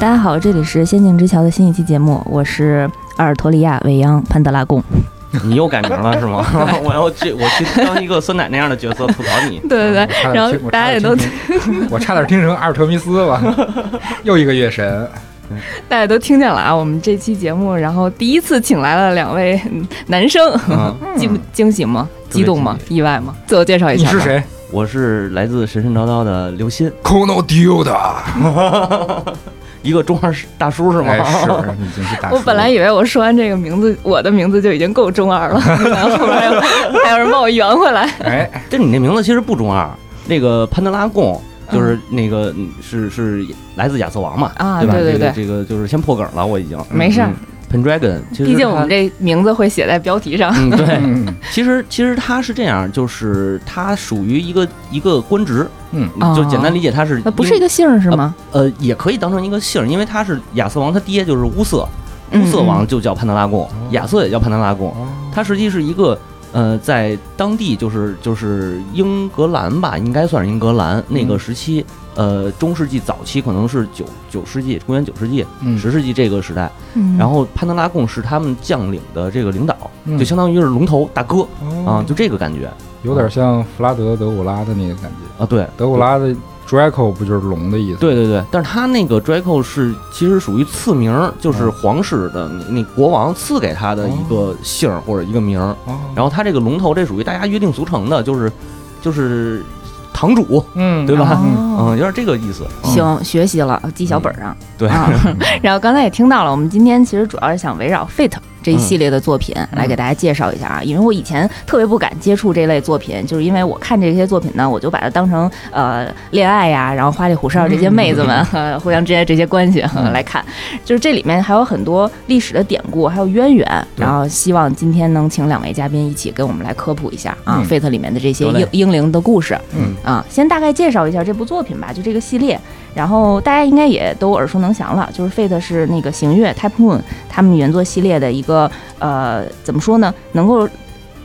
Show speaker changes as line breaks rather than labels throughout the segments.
家好，这里是《仙境之桥》的新一期节目，我是阿尔托利亚未央潘德拉贡。
你又改名了是吗？我要去，我去当一个酸奶那样的角色吐槽 你。
对对对，
嗯我差点
然后
听我
大家
差
也
点
都
听成我差点听成阿尔特弥斯了， 又一个月神，
大家都听见了啊！我们这期节目，然后第一次请来了两位嗯男生，
嗯，
惊惊喜吗？
特别
激动吗？意外吗？自我介
哎
绍一
你
下。
是？谁
我是来自神神叨叨的刘鑫，
？Kono Dio 的，
一个中二大叔 是吗？
哎，是你已经
啊
是大叔
我
了。
本来以为我说完这个名字，我的名字就已经够中二 了，然后后面还有还有人把我圆回来。
哎，
但你那名字其实不中二。那个潘德拉贡就是那个嗯是是来自亚瑟王嘛，
啊
对吧？
对对对
这个这个就是先破梗了，我已经
没事儿
嗯嗯 Pendragon，其实
毕竟我们
这
这名字会写在标题上。
嗯对，
嗯
其实其实他是这样，就是他属于一个一个官职，
嗯，
就简单理解他是
呃，不是一
个
个姓儿是吗？
呃也可以当成一个姓儿，因为他是亚瑟王，他爹就是乌瑟，乌
嗯
瑟呃王就叫潘德拉
哦
贡，亚瑟也叫潘德拉贡，他实际是一个。呃，在当地就是就是英格兰吧，应该算是英格兰那
嗯
个时期，呃，中世纪早期可能是九九世纪，公元九世纪、
嗯
十世纪这个时代。
嗯
然后潘德拉贡是他们将领的这个领导，
嗯
就相当于是龙头大哥啊、
哦
就这个感觉
有点像弗拉德德古拉的那个感觉，
啊。对，
德古拉的 Draco 不就是龙的意思？，
对对对，但是他那个 Draco 是其实属于次名儿，就是
嗯
皇室的那那国王赐给他的一个姓儿或者一个名
哦
儿。
然
然后他这个龙头，这属于大家约定俗成的，就是就是堂主，
嗯，
对吧？嗯，
哦
有点这个意思。嗯，
行，学习了，记小本儿上。
对
啊，然后刚才也听到了，我们今天其实主要是想围绕 Fit 这一系列的作
嗯
品来给大家介绍一下啊，因为我以前特别不敢接触这类作品，就是因为我看这些作品呢，我就把它当成呃恋爱呀，然后花里胡哨这些妹子们、呃 互相之间这些关系、呃
嗯
来看，就是这里面还有很多历史的典故，还有渊源，
对
然后希望今天能请两位嘉宾一起跟我们来科普一下啊
嗯
Fit 里面的这些
得嘞
英英灵的故事。
嗯，
啊，先大概介绍一下这部作品吧，就这个系列。然后大家应该也都耳熟能详了，就是 Fate 是那个行月 Type Moon 他们原作系列的一个呃，怎么说呢，能够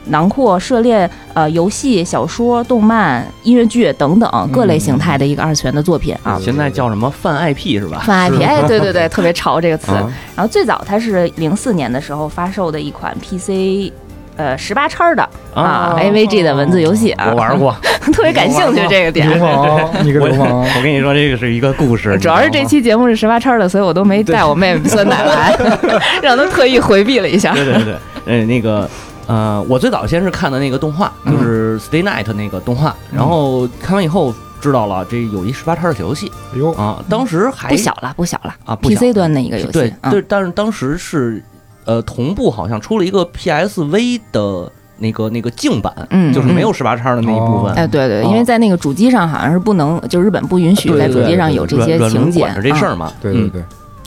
囊括涉猎呃游戏、小说、动漫、音乐剧等等
嗯
各类形态的一个二次元的作品啊。
现在叫什么泛 IP 是吧？
泛 IP，
是
哎，对对对，特别潮这个词。
啊，
然后最早它是零四年的时候发售的一款 PC，呃，十八叉儿的啊 AVG 的文字游戏啊，
我玩过。
特别感兴趣这个 点。
流氓，你个
我
流 氓，
我跟你说，这个是一个故事。
主要是这期节目是十八叉的，所以我都没带我妹妹酸奶 来，让她特意回避了一下。
对对对对，呃，那个。呃，我最早先是看的那个动画，就
嗯
是《Stay Night》那个动画，
嗯
然后看完以后知道了这有一十八叉的小游戏
哎呦，
啊，当时
嗯
还
不小了，不小了
啊不小
，PC 端的一个游戏，
对
嗯
对，但是当时是呃同步好像出了一个 PSV 的那个那个净版，
嗯，
就是没有十八叉的那一部分
哦
嗯。。哎，对对，
哦
因为在那个主机上好像是不能，就日本不允许
对
在
对
主机上有这些
软软
情
文
节啊
管。着这事儿嘛，
对对
嗯
对，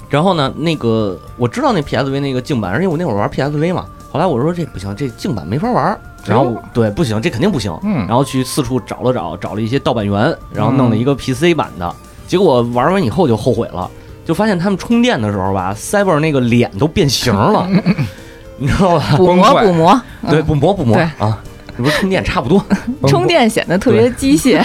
然后呢，那个我知道那 PSV 那个净版，而且我那会儿玩 PSV 嘛，后来我说这不行，这净版没法玩儿。
哎
然后我对不行，这肯定不行。
嗯
然后去四处找了找，找了一些盗版源，然后
嗯
弄了一个 PC 版的。结果玩完以后就后悔了，就发现他们充电的时候吧，Cyber 那个脸都变 形了，你知道吧？
嗯，补
崩
膜
坏
补膜，嗯
对，不磨不磨
对
啊，这不是充电差不多，
崩
充电显得特别机械，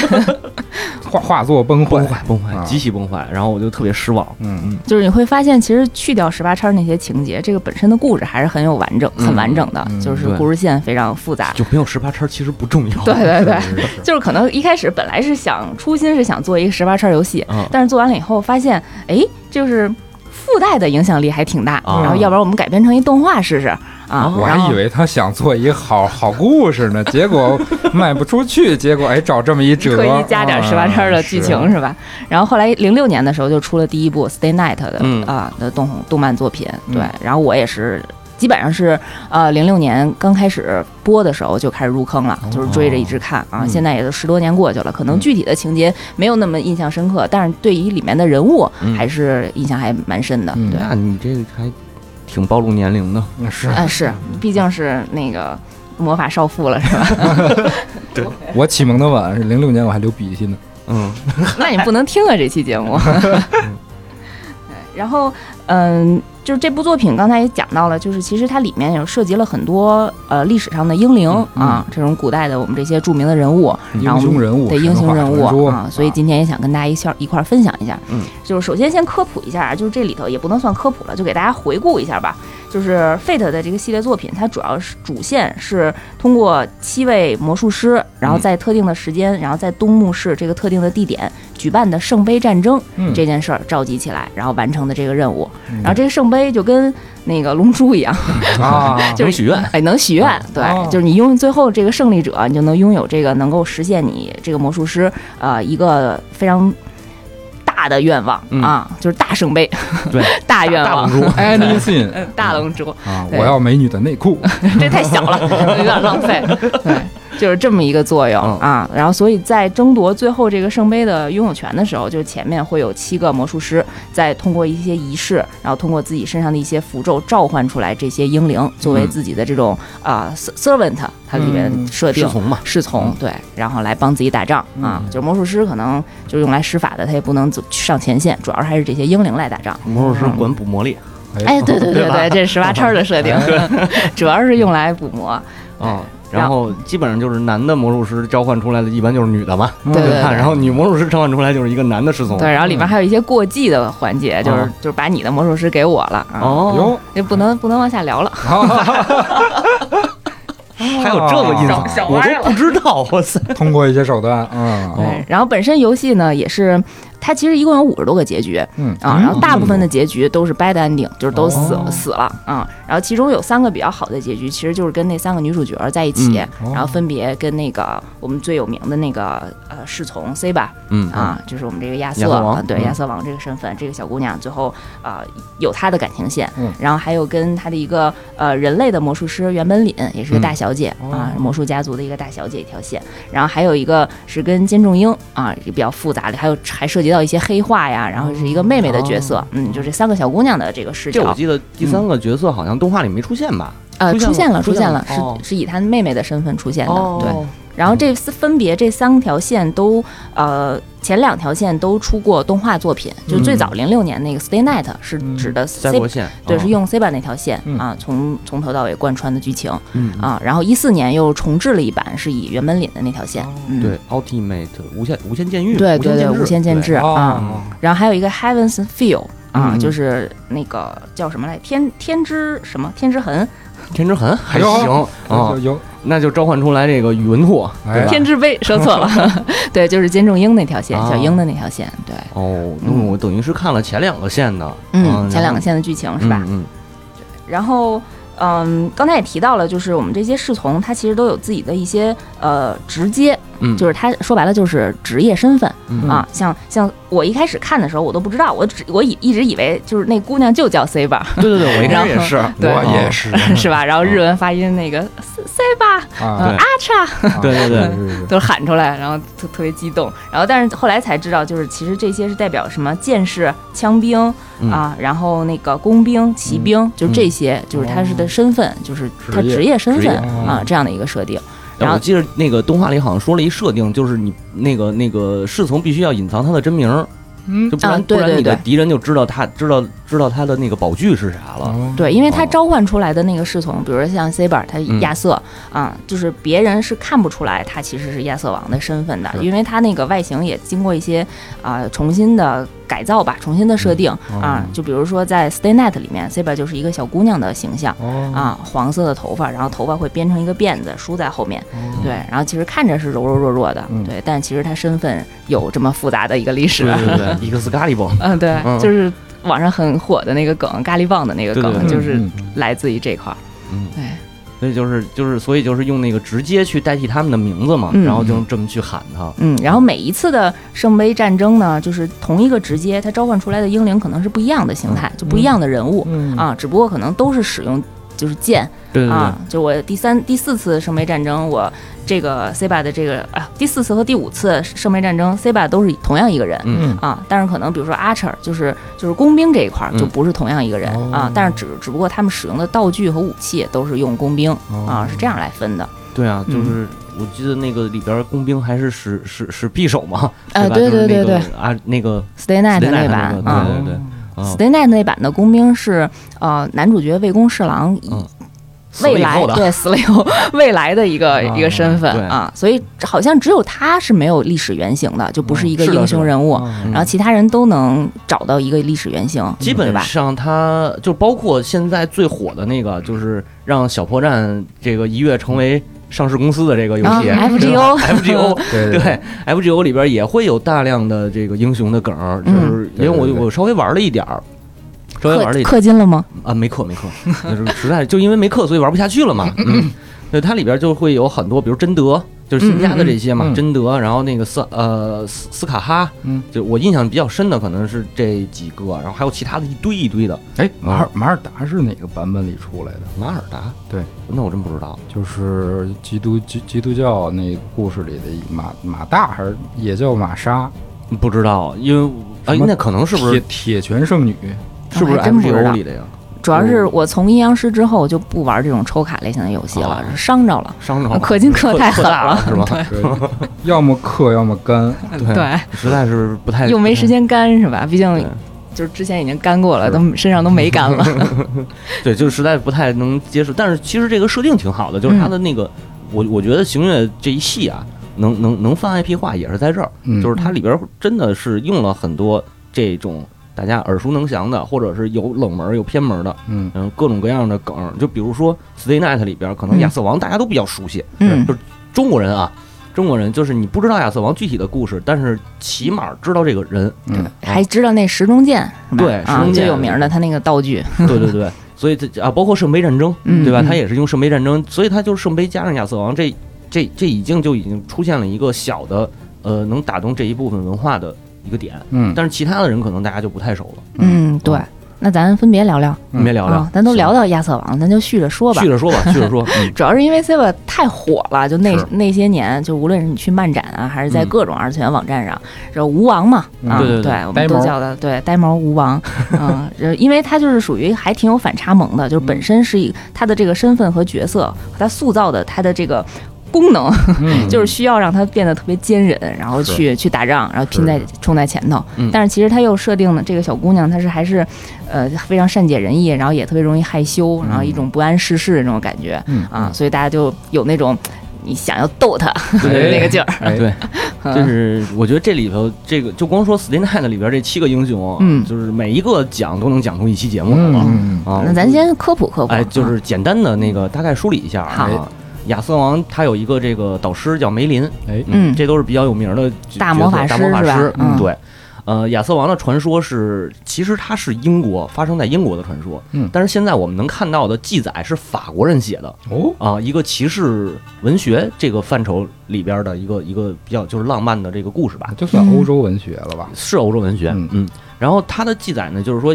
画画作崩
崩
坏，
坏崩坏，
啊
极其崩坏。然后我就特别失望。
嗯嗯。
就是你会发现，其实去掉十八叉那些情节，这个本身的故事还是很有完整、
嗯
很完整的，
嗯
就是
对
故事线非常复杂。
就没有十八叉其实不重要。
对对对，
是是是
就是可能一开始本来是想初心是想做一个十八叉游戏，
嗯
但是做完了以后发现，哎，就是附带的影响力还挺大。
啊
然后要不然我们改编成一动画试试啊？
哦我
然
还
后
以为他想做一个好好故事呢，结果卖不出去，结果哎找这么一折，
特意加点
啊
十八叉的剧情、
是
是吧？然后后来零六年的时候就出了第一部《Stay Night 的》
嗯
啊的动动漫作品，
嗯
对。然后我也是。基本上是，呃，零六年刚开始播的时候就开始入坑了，
哦
就是追着一直看啊。
嗯
现在也都十多年过去了，可能
嗯
具体的情节没有那么印象深刻，但是对于里面的人物
嗯
还是印象还蛮深的。
嗯
对，
那你这个还挺暴露年龄的。
嗯是
啊，是，毕竟是那个魔法少妇了，是吧？
我启蒙的晚，零六年我还流鼻涕呢。
嗯，
那你不能听啊这期节目。对然后，嗯，就是这部作品刚才也讲到了，就是其实它里面有涉及了很多呃历史上的英灵、
嗯嗯
啊，这种古代的我们这些著名的人物，然后
英雄人物，
对英
神
雄
话
人物
传说
啊，所以今天也想跟大家一块儿一块儿分享一下。
嗯，
就是首先先科普一下啊，就是这里头也不能算科普了，就给大家回顾一下吧。就是 Fate 的这个系列作品，它主要是主线是通过七位魔术师，然后在特定的时间，然后在东幕市这个特定的地点举办的圣杯战争
嗯
这件事儿召集起来，然后完成的这个任务。
嗯
然后这个圣杯就跟那个龙珠一样，
啊，
就
能
是
许愿，
哎，能许愿，对，
哦
就是你拥有最后这个胜利者，你就能拥有这个能够实现你这个魔术师呃一个非常大的愿望、
嗯
啊，就是大圣杯，
对，
大愿
大
啊
望
龙，珠，
anything
嗯大龙珠，
啊，
对
我要美女的 内裤，
这太小了，有点浪费， 对，就是这么一个作用
嗯
啊。然后，所以在争夺最后这个圣杯的拥有权的时候，就是前面会有七个魔术师在通过一些仪式，然后通过自己身上的一些符咒召唤出来这些英灵，作为
嗯
自己的这种啊、servant，它里面
嗯
设定
侍。从嘛，
侍从
嗯
对，然后来帮自己打仗啊，就是魔术师可能就是用来施法的，他也不能走上前线，主要还是这些英灵来打仗。
魔术师管捕魔力
哎，对 对对对，这是十八叉的设定， 主要是用来补魔。
啊。然后基本上就是男的魔术师召唤出来的，一般就是女的嘛，
嗯
对
吧然后女魔术师召唤出来就是一个男的侍从。
对，然后里面还有一些过继的环节，就是
嗯哦
就是把你的魔术师给我了啊，
哦，
哟，
就不能不能往下聊了。
哎还有这个因
啊
素，我都不哦知道，哇塞！
通过一些手段，嗯，
对，然后本身游戏呢也是，它其实一共有五十多个结局
嗯
啊，然后大部分的结局都是 bad ending，就是都死
哦
死了啊。然后其中有三个比较好的结局，其实就是跟那三个女主角在一
嗯
起，
哦
然后分别跟那个我们最有名的那个呃侍从 C 吧，
嗯，
啊，就是我们这个亚瑟，
亚瑟王
啊对
嗯
亚瑟王这个身份，这个小姑娘最后啊、呃有她的感情线，
嗯
然后还有跟她的一个呃人类的魔术师袁本凛，也是个
嗯
大小姐、
哦
啊，魔术家族的一个大小姐一条线，然后还有一个是跟监仲英啊，也比较复杂的，还有还涉及到一些黑化呀，然后是一个妹妹的角色，嗯，就这三个小姑娘的这个视
哦这我
角，
记得第三
嗯
个角色好像动画里没出现吧？
呃，
出
出
现
现
了
了，出现了，
出现了哦
是是以她妹妹的身份出现的，对。
哦，
然后这次分别这三条线都呃前两条线都出过动画作品，就最早零六年那个《Stay Night》是
嗯
指的
三
C，、
嗯国线
对，
哦
是用 C 版那条线、
嗯
啊，从从头到尾贯穿的剧情
嗯嗯
啊。然后一四年又重置了一版，是以原本凛的那条
哦
线，嗯，
对 Ultimate 无限哦无限监狱，
对对对，无限监制
对
啊。
哦
然后还有一个 Heaven's Feel 啊，
嗯
就是那个叫什么来，天天之什么天之痕，
天之痕还
哎呦
行啊
哦
有，有，
那就召唤出来这个宇文拓，
哎
对吧？
天之杯说错 了，对，就是金正英那条线，
啊
小英的那条线，对，
哦，那我等于是看了前两个线的，
嗯，前两个
线
线的剧情是吧？
嗯，
然后，嗯，刚才也提到了，就是我们这些侍从，他其实都有自己的一些呃直接，
嗯
就是他说白了就是职业身份、
嗯
啊。像像我一开始看的时候，我都不知道，我只我以一直以为就是那姑娘就叫 C 吧，
对对对，我应
然
该
后
也是，
对
我也是
是吧？然后
嗯
日文发音那个 C 吧，
啊
呃
对
阿叉
啊
对对对
是是是
都喊出来，然后特特别激动。然后但是后来才知道，就是其实这些是代表什么剑士、枪兵
嗯
啊，然后那个工兵、骑兵，就这些，就是他是的身份，就是他
职业
职业身
哦职业哦
份啊
嗯
这样的一个设定。然
然后
后
哎我记得那个动画里好像说了一设定，就是你那个那个侍从必须要隐藏他的真名儿，
嗯
就不然
啊对
不然你的
对对
敌人就知道他知道知道他的那个宝具是啥了。
哦
对，因为他
哦
召唤出来的那个侍从，比如说像 Saber，他
嗯
亚瑟啊、就是别人是看不出来他其实是亚瑟王的身份的，
是
因为他那个外形也经过一些啊、重新的改造吧，重新的设定啊、
嗯哦
就比如说在 Stay Night 里面，Saber 就是一个小姑娘的形象。
哦
啊，黄色的头发，然后头发会编成一个辫子梳在后面，
哦
对，然后其实看着是柔柔弱弱的，
嗯
对，但其实他身份有这么复杂的一个历史，
对对对 对，Excalibur，
嗯，对，
嗯
就是网上很火的那个梗，咖喱棒的那个
对对
梗，
对
就是
嗯
来自于这块儿。
嗯，
对，
所以就是就是所以就是用那个直接去代替他们的名字嘛，
嗯
然后就这么去喊他。
嗯，然后每一次的圣杯战争呢，就是同一个直接，它召唤出来的英灵可能是不一样的形态，就不一样的人物、
嗯
啊，只不过可能都是使用就是剑
对对
啊
对，，
就我第三、第四次圣杯战争，我这个 C a 的这个啊，第四次和第五次圣杯战争 C a 都是同样一个人。
嗯，
嗯
啊，但是可能比如说 Archer 就是就是工兵这一块儿就
嗯
不是同样一个人、
哦
啊，但是只只不过他们使用的道具和武器都是用工兵、
哦
啊，是这样来分的。
对啊，
嗯
就是我记得那个里边工兵还是使使使匕首嘛，
啊
吧？
对
就是
对
那
对
个啊那个
Stay Night
Stay Night
那版
那个
啊
对对对，啊
Stay Night 那版的工兵是呃男主角魏公侍郎以
嗯死了
未
以
来
后的
对死了以后 未来的一个
啊
一个身份
对
啊，所以好像只有他是没有历史原型的，就不是一个
是的
英雄
是的
人物。
嗯
然后其他人都能找到一个历史原型，啊
基
对
本
吧？
上它就包括现在最火的那个，就是让小破站这个一跃成为上市公司的这个游戏、
啊 FGO
FGO
对对
对 FGO 里边也会有大量的这个英雄的梗儿，
嗯
就是因为我
对对对
我稍微玩了一点儿。稍微玩了
氪
一点
氪金了吗？
儿啊，没氪没氪，就是实在就因为没氪，所以玩不下去了嘛。嗯，对，它里边就会有很多，比如贞德，就是新加的这些嘛，
嗯嗯嗯
贞德，然后那个斯呃斯斯卡哈，
嗯，
就我印象比较深的可能是这几个，然后还有其他的一堆一堆的。
哎，马尔马尔达是哪个版本里出来的？
马尔达，
对，
那我真不知道。
就是基督基基督教那故事里的马马大，还是也叫玛莎？
不知道，因为哎
什，么
那可能是不是
铁铁拳圣女？
是不是
我还真不知道
FGO 里的呀？
主要
嗯
是我从阴阳师之后就不玩这种抽卡类型的游戏了
哦，
伤着了，
伤着
氪金氪太狠
大
了，
是吧？
对，要么克，要么干。
对
对，
实在是不太
又没时。间干是吧？毕
不太
竟就是之前已经干过了，
是
都身上都没干了。
对，就是实在不太能接受。但是其实这个设定挺好的，就是它的那个，我我觉得行月这一系啊，能能能泛 IP 化也是在这儿，
嗯，
就是它里边真的是用了很多这种大家耳熟能详的，或者是有冷门儿有偏门儿的，
嗯，
嗯，各种各样的梗儿。就比如说《Stay Night》里边，可能
嗯
亚瑟王大家都比较熟悉，
嗯
就，是中国人啊，中国人就是你不知道亚瑟王具体的故事，但是起码知道这个人。
嗯，
还知道那时钟剑是吧？
对时
啊
钟，剑
最有名的他那个道具，
对对对，所以这啊，包括圣杯战争，
嗯
对吧？
嗯
他也是用圣杯战争，所以他就是圣杯加上亚瑟王，这这这已经就已经出现了一个小的呃，能打动这一部分文化的一个点。
嗯，
但是其他的人可能大家就不太熟了，
嗯，对。那咱分别聊聊
你别聊聊
啊，，咱都聊到亚瑟王，咱就续着说吧
续。着说吧， 续着说。嗯
主要是因为 Seva 太火了，就那
是
那些年，就无论是你去漫展啊，还是在
嗯
各种二次元网站上，这吴王嘛，
嗯
啊，
对对对
我们
呆
都
毛
叫他对呆毛吴 王，嗯，呃因为他就是属于还挺有反差萌的，就是
嗯
本身是一他的这个身份和角色，和他塑造的他的这个。功能
嗯
就是需要让他变得特别坚韧，然后
是
去去打仗，然后拼在
是
冲在前头
嗯。
但是其实他又设定了这个小姑娘，她是还是，呃，非常善解人意，然后也特别容易害羞，然后一种不谙世事的那种感觉。
嗯
啊，，所以大家就有那种你想要逗他
嗯对
那个劲儿。
哎
对，
嗯
就是我觉得这里头这个就光说《Stay Night》里边这七个英雄，
嗯
就是每一个讲都能讲出一期节目来了、
嗯嗯
啊。
那咱先科普科普，
哎，就是简单的那个大概梳理一下啊
好。
亚瑟王他有一个这个导师叫梅林，
哎
嗯
这都是比较有名的角
大魔法师
角色大魔法
是
师
吧，嗯
对。呃，亚瑟王的传说是，其实它是英国发生在英国的传说，
嗯
但是现在我们能看到的记载是法国人写的，
哦，
啊，一个骑士文学这个范畴里边的一个一个比较就是浪漫的这个故事吧，
就算
嗯
欧洲文学了吧？
是欧洲文学，
嗯
然后它的记载呢，就是说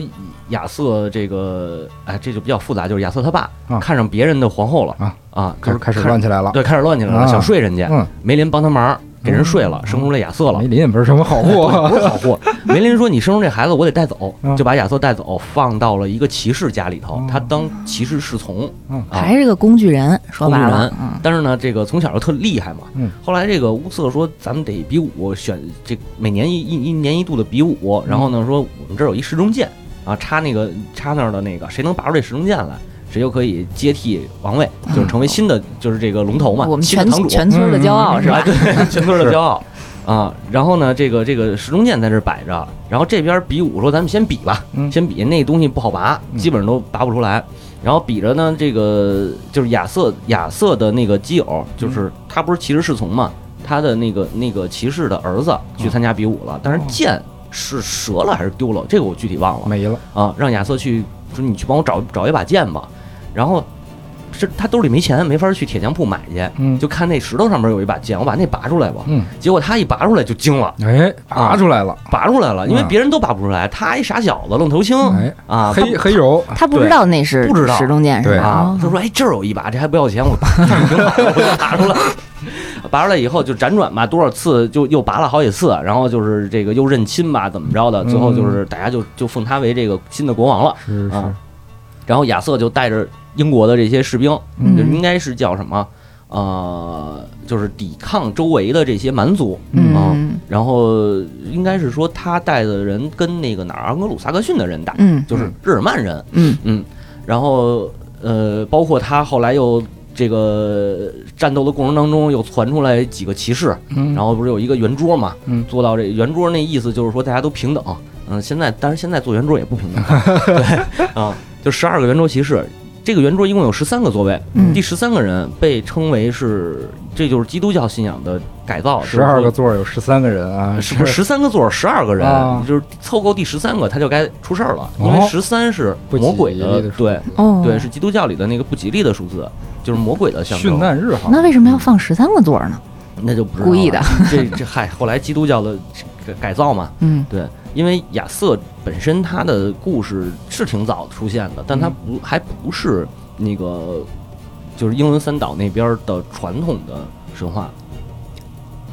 亚瑟这个，哎，这就比较复杂，就是亚瑟他爸、
啊
看上别人的皇后了
啊
啊，就
开
是
始开始乱起来了
看，。对，开始乱起来了，
啊
想睡人家，
嗯，
梅林帮他忙，给人睡了，生出来亚瑟了
梅。林也不是什么 好货。
不是 好货，梅林说：“你生出这孩子，我得带走，
啊
就把亚瑟带走，放到了一个骑士家里头
哦，
他当骑士侍从。
嗯
啊。
还是个工具人，说白
工具
了
人，
嗯，
但是呢，这个从小就特厉害嘛。
嗯
后来这个乌瑟说，咱们得比武，选这每年一一一年一度的比武。
嗯
然后呢，说我们这儿有一时钟剑啊，插那个插那儿的那个，谁能拔出这时钟剑来，谁就可以接替王位，就是成为新的就是这个龙头嘛，
嗯我们
新的
全
堂主
全村的骄傲
嗯
是
啊，
吧？
对，全村的骄傲啊。然后呢，这个这个时钟剑在这儿摆着，然后这边比武说咱们先比吧，
嗯
先比那东西不好拔，
嗯
基本上都拔不出来。然后比着呢，这个就是亚瑟亚瑟的那个基友，就是
嗯
他不是骑士侍从嘛，他的那个那个骑士的儿子
哦
去参加比武了，但是剑是折了还是丢了，这个我具体忘了。
没了，
啊，让亚瑟去说你去帮我找找一把剑吧。然后是他兜里没钱，没法去铁匠铺买去，
嗯
就看那石头上面有一把剑，我把那拔出来吧。
嗯，
结果他一拔出来就惊了，
哎，
啊
拔出来了，
拔出来了，因为
嗯
别人都拔不出来，他一傻小子愣头青
哎，
啊，
黑黑柔，
他不知道那是
不知道
石钟剑是
对
吧？
啊
哦，
他说哎这儿有一把，这还不要钱，我拔我拔出来。拔出来以后就辗转吧，多少次就又拔了好几次，然后就是这个又认亲吧，怎么着
嗯
的？最后就是大家就就奉他为这个新的国王了。
是
啊然后亚瑟就带着英国的这些士兵，
嗯
就是应该是叫什么呃，就是抵抗周围的这些蛮族。
嗯
嗯
然后应该是说他带的人跟那个哪儿昂格鲁萨克逊的人打，
嗯
就是日耳曼人。
嗯
嗯，然后呃，包括他后来又这个呃战斗的过程当中，又传出来几个骑士，
嗯
然后不是有一个圆桌嘛，
嗯
做到这圆桌那意思就是说大家都平等，嗯，现在当然现在做圆桌也不平 等，对啊，就十二个圆桌骑士，这个圆桌一共有十三个座位，
嗯
第十三个人被称为是，这就是基督教信仰的改造，
十二个座儿有十三个人啊，
是
是
不
不
嗯是
是
十三个座儿十二个人，
啊
就是凑够第十三个他就该出事儿了，因
哦
为十三是
不吉
魔鬼
利
的，
的数
对
哦，
对，是基督教里的那个不吉利的数字，就是魔鬼的象
殉
征。
难日好？
那为什么要放十三个座儿呢？
那就不知道
故意的
了，这这嗨，后来基督教的改改造嘛，
嗯
对，因为亚瑟本身他的故事是挺早出现的，但他
嗯
不还不是那个就是英伦三岛那边的传统的神话，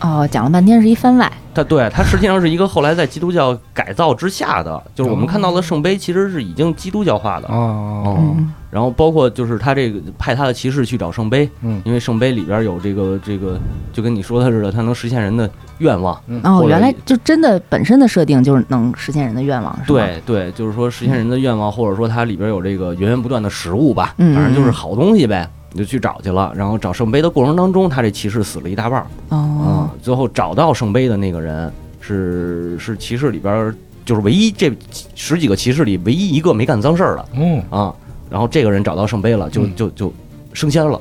哦，讲了半天是一番外，
它对它实际上是一个后来在基督教改造之下的，就是
哦
我们看到的圣杯其实是已经基督教化的，
哦
嗯
然后包括就是他这个派他的骑士去找圣杯，
嗯
因为圣杯里边有这个这个，就跟你说的似的，它能实现人的愿望。
哦
或，者
原来就真的本身的设定就是能实现人的愿望，是吗？，
对对，就是说实现人的愿望，或者说它里边有这个源源不断的食物吧，
嗯
反正就是好东西呗，你就去找去了。然后找圣杯的过程当中，他这骑士死了一大半儿
哦
啊，，最后找到圣杯的那个人是是骑士里边儿就是唯一这十几个骑士里唯一一个没干脏事儿的。
哦，
啊，然后这个人找到圣杯了，就
嗯
就就升仙 了，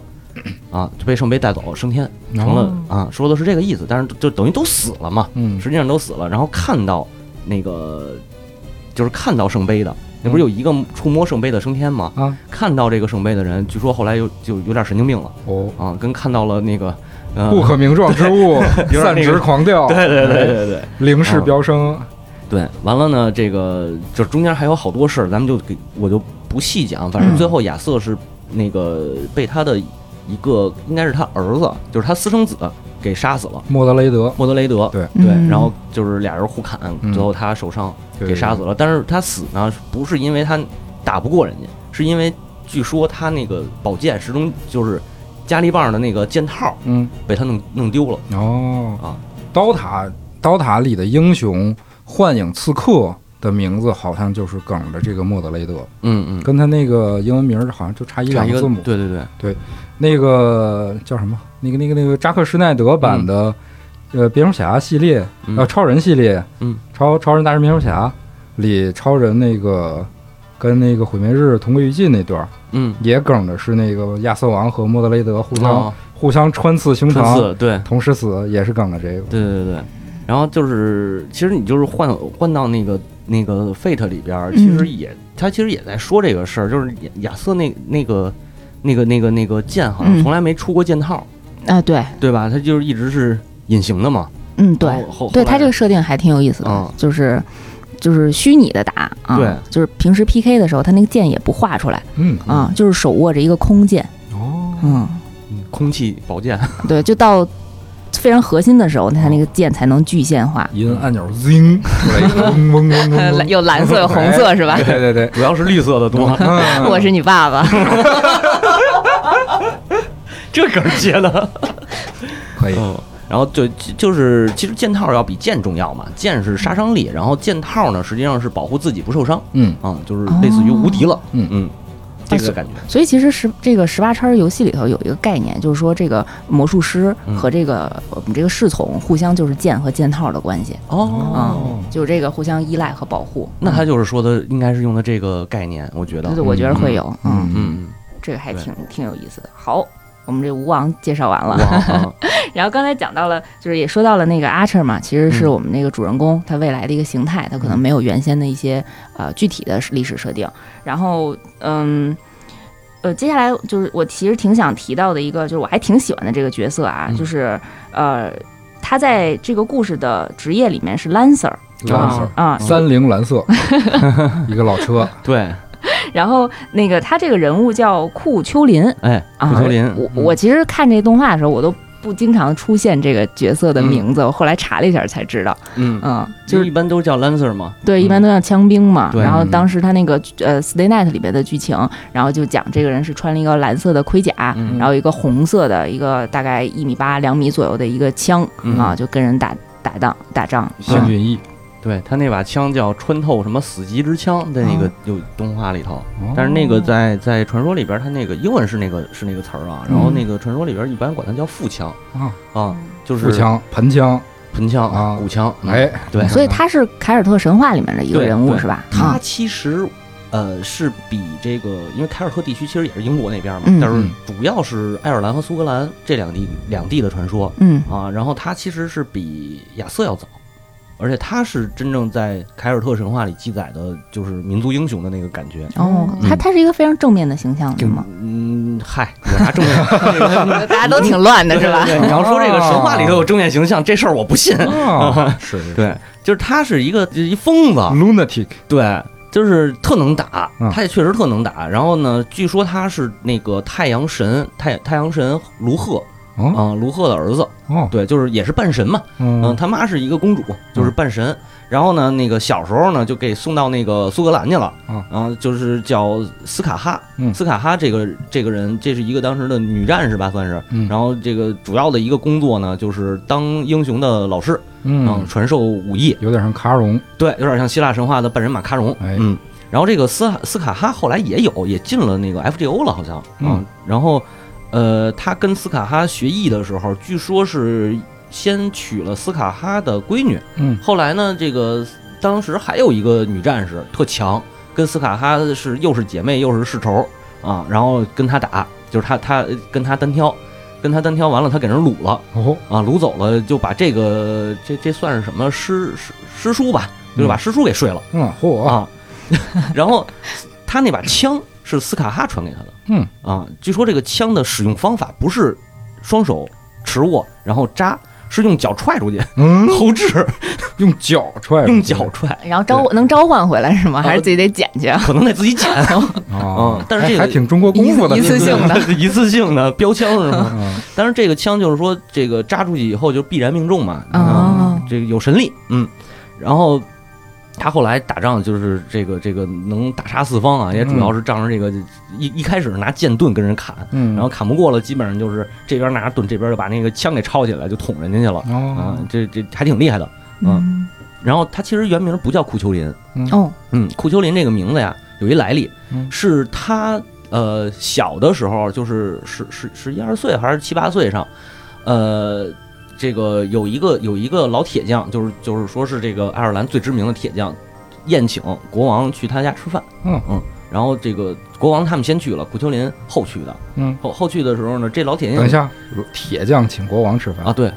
啊，就被圣杯带走升天，
哦
成了啊，说的是这个意思，但是就等于都死了嘛，
嗯
实际上都死了，然后看到那个就是看到圣杯的，那不是有一个触摸圣杯的升天吗？
嗯啊
看到这个圣杯的人，据说后来有就有点神经病了
哦，
啊，跟看到了那个呃
不可名状之物
有点那个
散值狂掉，哎
对对对对对
零式飙升，
对，完了呢，这个这中间还有好多事儿，咱们就给我就不细讲。反正最后亚瑟是那个被他的一个应该是他儿子，就是他私生子给杀死了，
莫德雷德
莫德雷德。
对
对，
嗯
然后就是俩人互砍，
嗯
最后他受伤
对
给杀死了。但是他死呢，不是因为他打不过人家，是因为据说他那个宝剑始终就是加力棒的那个剑套
嗯
被他弄弄丢了。
哦
啊，
刀塔刀塔里的英雄幻影刺客的名字好像就是梗的这个莫德雷德，
嗯嗯，
跟他那个英文名儿好像就差一
差
两
一
个
个
字母。
对对对，
那个叫什么？那个那个那个扎克施耐德版的，呃，蝙蝠侠系列，
嗯
呃，超人系列，
嗯，
超超人大战蝙蝠侠里，超人那个跟那个毁灭日同归于尽那段儿，
嗯，
也梗的是那个亚瑟王和莫德雷德互相、
啊，
互相穿刺胸
穿
膛，
刺对。
同时死，也是梗的这个。
对对对，然后就是其实你就是换换到那个那个 Fate 里边儿，
嗯
其实也、他其实也在说这个事儿，就是亚亚瑟那那个那个那个那个剑好像
嗯
从来没出过剑套，
啊，对，
对吧？他就是一直是隐形的嘛。
嗯，对，
然后后
对
后来
他这个设定还挺有意思的，
嗯
就是就是虚拟的打啊，
对
就是平时 PK 的时候，他那个剑也不画出来
嗯，
啊，就是手握着一个空剑，
哦，
嗯，
嗯空气宝剑，
对，就到非常核心的时候，他那个剑才能具现化，
一摁按钮，zing 出来一个嗡嗡嗡嗡嗡，
有 蓝色有红色是吧？
对对对，。
主要是绿色的多
嗯
我是你爸爸，
这梗儿接的，
可以，
嗯。然后就就是，其实剑套要比剑重要嘛，剑是杀伤力，然后剑套呢，实际上是保护自己不受伤
嗯
啊、就是类似于无敌
哦
了，
嗯
嗯，这
哎
个感觉，
所以其实十这个十八叉游戏里头有一个概念，就是说这个魔术师和这个我们这个侍从互相就是剑和剑套的关系，
哦
嗯，就是这个互相依赖和保护。
那他就是说的，应该是用的这个概念，我觉得
对，对，我觉得会有，嗯，
嗯，
这个还
对
挺挺有意思的。好，我们这吴王介绍完
哇，
了，
啊
然后刚才讲到了，就是也说到了那个 Archer 嘛，其实是
嗯
我们那个主人公他未来的一个形态，他可能没有原先的一些呃具体的历史设定。然后，嗯。呃，接下来就是我其实挺想提到的一个，就是我还挺喜欢的这个角色啊，
嗯
就是呃，他在这个故事的职业里面是 Lancer
蓝色，
啊，
三菱蓝色，一个老车，
嗯对，
然后那个他这个人物叫库丘林
哎，
啊，
库丘林，
我我其实看这动画的时候，我都不经常出现这个角色的名字，我后来查了一下才知道，
嗯，
嗯，就
就是
是
一般都是叫 Lancer 嘛，
对，一般都叫枪兵嘛。
对
然后
嗯
当时他那个呃《Stay Night》里边的剧情，然后就讲这个人是穿了一个蓝色的盔甲，
嗯
啊然后一个红色的一个大概一米八两米左右的一个枪、
嗯
啊，就跟人打打仗打仗。嗯
范俊逸，
对他那把枪叫穿透什么死极之枪，在那
嗯
个有动画里头，
哦
嗯但是那个在在传说里边，他那个英文是那个是那个词儿啊，然后
嗯哦
那个传说里边一般管它叫腹枪
啊
啊，就是
腹腔、盆腔，
盆枪
啊
骨枪，嗯
哎，
对，
所以他是凯尔特神话里面的一个
对
人物
对嗯
是吧？
它
啊
其实，呃，是比这个，因为凯尔特地区其实也是英国那边嘛，
嗯
但是
嗯
主要是爱尔兰和苏格兰这两地两地的传说
嗯
啊。然后它其实是比亚瑟要早，而且它是真正在凯尔特神话里记载的，就是民族英雄的那个感觉。
哦，他他是一个非常正面的形象是吗？
嗯，嗨，有啥正面？那个
大家都挺乱的是吧？
对对对你要说这个神话里头有正面形象，这事儿我不信。
啊，是是
对，就是他是一个就是一疯子，啊
，lunatic，
对，就是特能打
嗯，
他也确实特能打。然后呢，据说他是那个太阳神太太阳神卢赫
哦
啊、卢赫的儿子，
哦，
对，就是也是半神嘛。嗯、
嗯
他妈是一个公主，就是半神。然后呢，那个小时候呢，就给送到那个苏格兰去了，
嗯
啊、就是叫斯卡哈，
嗯
斯卡哈这个这个人，这是一个当时的女战士吧，算是。
嗯
然后这个主要的一个工作呢，就是当英雄的老师，啊
嗯，
传授武艺，
有点像卡戎，
对，有点像希腊神话的半人马卡戎。
哎
嗯，然后这个斯斯卡哈后来也有，也进了那个 FGO 了，好像。
嗯，
然后呃，他跟斯卡哈学艺的时候，据说是先娶了斯卡哈的闺女，
嗯
后来呢，这个当时还有一个女战士特强，跟斯卡哈是又是姐妹又是世仇啊，然后跟他打，就是他他跟他单挑，跟他单挑完了，他给人掳了。
哦，
啊，掳走了，就把这个这这算是什么师师师叔吧，就是把师叔给睡了、
嗯嚯，
啊。然后他那把枪是斯卡哈传给他的，
嗯
啊，据说这个枪的使用方法不是双手持握然后扎，是用脚踹
哦
出去，
嗯，
投掷，
用脚踹，
用脚踹，
然后召能召唤回来是吗？还是自己得捡去？
可能得自己捡，
啊
嗯，但是这个
还还挺中国功夫 的
一次性的，
一次性的标枪是 吗？
嗯
但是这个枪就是说，这个扎出去以后就必然命中嘛，
哦
嗯，这个有神力，嗯，然后他后来打仗就是这个这个能大杀四方啊，也主要是仗着这个一一开始拿剑盾跟人砍，
嗯，
然后砍不过了，基本上就是这边拿着盾，这边就把那个枪给抄起来就捅人家去了啊
哦，，
这这还挺厉害的。
嗯
然后他其实原名不叫库丘林，
哦
嗯，库丘林这个名字呀有一来历，
嗯
是他呃小的时候，就是十十十一二岁还是七八岁上，呃，这个有一个有一个老铁匠，就是就是说是这个爱尔兰最知名的铁匠，宴请国王去他家吃饭，
嗯
嗯，然后这个国王他们先去了，库丘林后去的，
嗯，
后后去的时候呢，这老铁匠
等一下，铁匠请国王吃饭
啊，，对，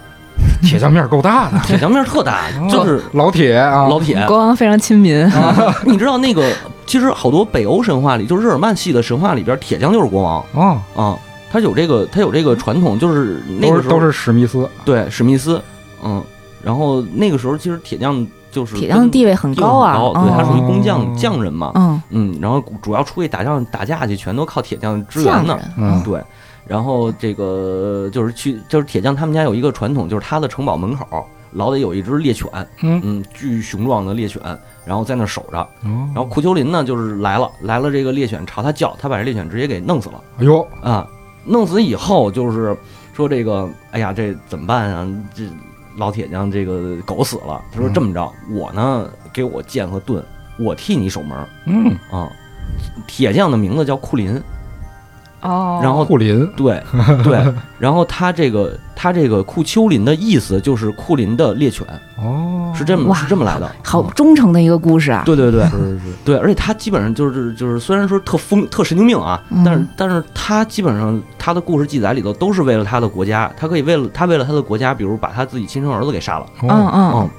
铁匠面够大的，
铁匠面特大
哦，
就是
老铁啊，
老铁，
国王非常亲民，
你知道那个，其实好多北欧神话里，就是日耳曼系的神话里边，铁匠就是国王
哦，
啊，他有这个，他有这个传统，就是那
都
个
是
时
都
候
是史密斯，
对史密斯，嗯，然后那个时候其实铁匠就是
铁匠
跟
地位很
地位
高啊，
很对，他
嗯
属于工
哦
匠匠人嘛，
嗯，
嗯，然后主要出去打仗打架去，全都靠铁匠支援
匠
呢，
人
嗯
对。然后这个就是去，就是铁匠他们家有一个传统，就是他的城堡门口老得有一只猎犬，
嗯，
嗯，巨雄壮的猎犬，然后在那儿守着。
然
然后库丘林呢，就是来了，来了这个猎犬朝他叫，他把这猎犬直接给弄死了
哎呦，
啊！弄死以后就是说这个，哎呀，这怎么办啊？这老铁匠这个狗死了，他说
嗯
这么着，我呢给我剑和盾，我替你守门儿
嗯，
啊。铁匠的名字叫库林，
哦，
然后
库林，
对对，然后他这个他这个库丘林的意思就是库林的猎犬，
哦，
是这么
哇
是这么来的。
好
嗯
忠诚的一个故事啊，
对对对，
是是，
对，而且他基本上就是就是，虽然说特疯、特神经病啊，
嗯
但是但是他基本上他的故事记载里头都是为了他的国家，他可以为了他为了他的国家，比如把他自己亲生儿子给杀了，
嗯
哦，
嗯，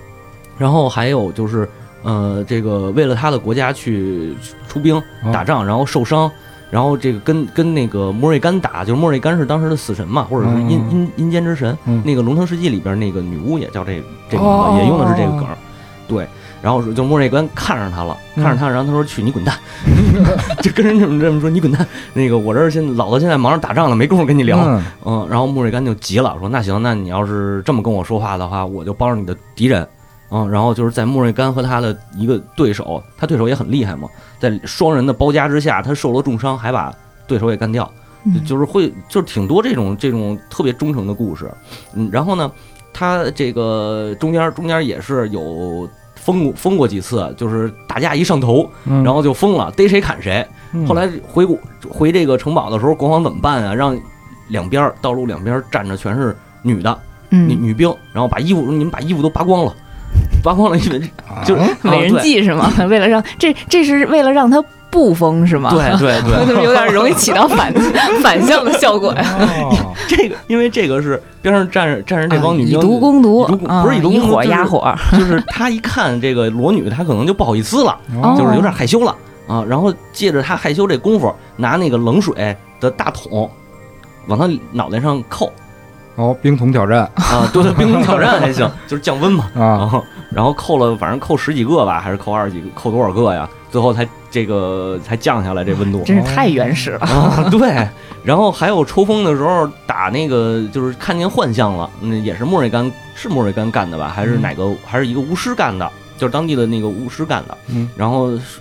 然后还有就是呃，这个为了他的国家去去出兵
哦
打仗，然后受伤。然后这个跟跟那个莫瑞甘打，就是莫瑞甘是当时的死神嘛，或者是阴
嗯
阴阴间之神。
嗯
那个《龙腾世纪》里边那个女巫也叫这这名字，
哦
也用的是这个梗儿。对，然后就莫瑞根看上他了，
嗯
看上他，然后他说去你滚 蛋，就跟人这么这么说你滚蛋。那个我这儿现在老子现在忙着打仗呢，没工夫跟你聊。
嗯
嗯，然后穆瑞干就急了，说：“那行，那你要是这么跟我说话的话，我就帮着你的敌人。”嗯，然后就是在穆瑞干和他的一个对手，他对手也很厉害嘛，在双人的包夹之下，他受了重伤，还把对手给干掉，
嗯
就是会就是挺多这种这种特别忠诚的故事。嗯，然后呢，他这个中间中间也是有疯过疯过几次，就是打架一上头，
嗯，
然后就疯了，逮谁砍谁。
嗯
后来回国回这个城堡的时候，国王怎么办啊？让两边儿道路两边儿站着全是女的女
嗯，
女兵，然后把衣服你们把衣服都扒光了，扒光了，因为就是
啊
啊
美人计是吗？为了让这这是为了让他不疯是吗？
哦对对对
我怎么有点容易起到 反反向的效果呀？
哦
对，这个因为这个是边上站着站着这帮女
啊以
兵，
毒攻毒
以毒，攻
啊
不是以毒
以
攻毒
火
就是
压火，
就是他一看这个裸女，他可能就不好意思了，
哦
就是有点害羞了啊。然后借着他害羞这功夫，拿那个冷水的大桶往他脑袋上扣
哦，冰桶 挑战
啊，对对，冰桶挑战还行，就是降温嘛。然
啊，
后然后扣了，反正扣十几个吧，还是扣二十几个，扣多少个呀？最后才这个才降下来这温度
真是太原始了。
啊！ 对，然后还有抽风的时候打那个，就是看见幻象了，嗯，也是莫瑞干是莫瑞干干的吧？还是哪个？还是一个巫师干的？就是当地的那个巫师干的。
嗯
然后是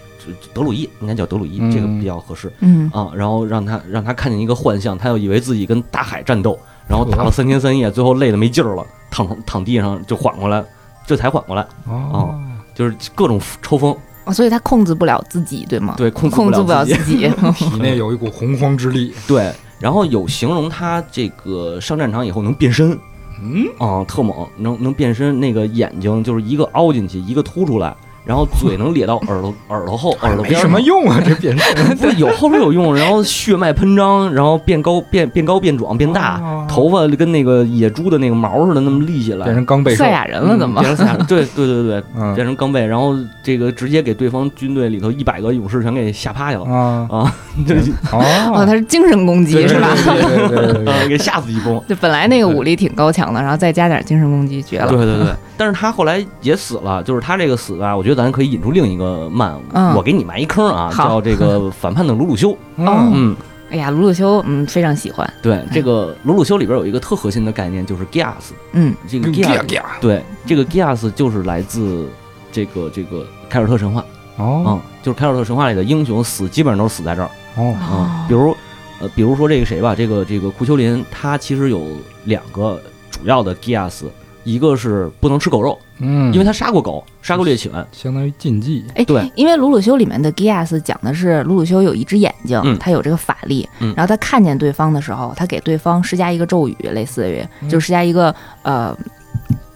德鲁伊应该叫德鲁伊，
嗯
这个比较合适
嗯，
啊。然后让他让他看见一个幻象，他又以为自己跟大海战斗，然后打了三天三夜，最后累得没劲儿了，躺躺地上就缓过来，这才缓过来。
哦，
就是各种抽风，
哦所以他控制不了自己，对吗？
对，控
啊
制
控制不了
自己
自。己，
体内有一股洪荒之力，
对，然后有形容他这个上战场以后能变身
嗯，
啊、特猛，能能变身，那个眼睛就是一个凹进去，一个凸出来，然后嘴能咧到耳朵耳朵后耳朵
没
边
什么
上。
用啊，这变身
不是有后边有用，然后血脉喷张，然后变高变变高变壮变大，
哦
头发跟那个野猪的那个毛似的那么立起来，
变成钢背 兽
赛，亚人了，怎么
嗯？变成赛亚人对对对对，
嗯
变成钢背，然后这个直接给对方军队里头一百个勇士全给吓趴下了，
啊
这
哦，
哦，
他是精神攻击
嗯对
是吧？
对对对 对对对
呃给吓死一蹦。
就本来那个武力挺高强的，然后再加点精神攻击，绝了。
对对对，但是他后来也死了，就是他这个死吧，我觉得咱可以引出另一个漫，
嗯
我给你埋一坑啊，
好
叫这个反叛的鲁鲁修。
哦
嗯
嗯，
哎呀，鲁鲁修，嗯，非常喜欢。
对，这个鲁鲁修里边有一个特核心的概念，就是 gas，
嗯，
这个
嗯，嘎
gas，
嘎
对，这个 gas 就是来自这个这个凯尔特神话，
哦
嗯，就是凯尔特神话里的英雄死基本上都是死在这儿，
哦
嗯，比如呃，比如说这个谁吧，这个这个库丘林，他其实有两个主要的 gas，一个是不能吃狗肉，
嗯，
因为他杀过狗，杀过猎犬。
相当于禁忌，
哎，
对，
因为《鲁鲁修》里面的 Gias 讲的是鲁鲁修有一只眼睛，
嗯
他有这个法力，
嗯
然后他看见对方的时候，他给对方施加一个咒语，类似于
嗯
就是施加一个呃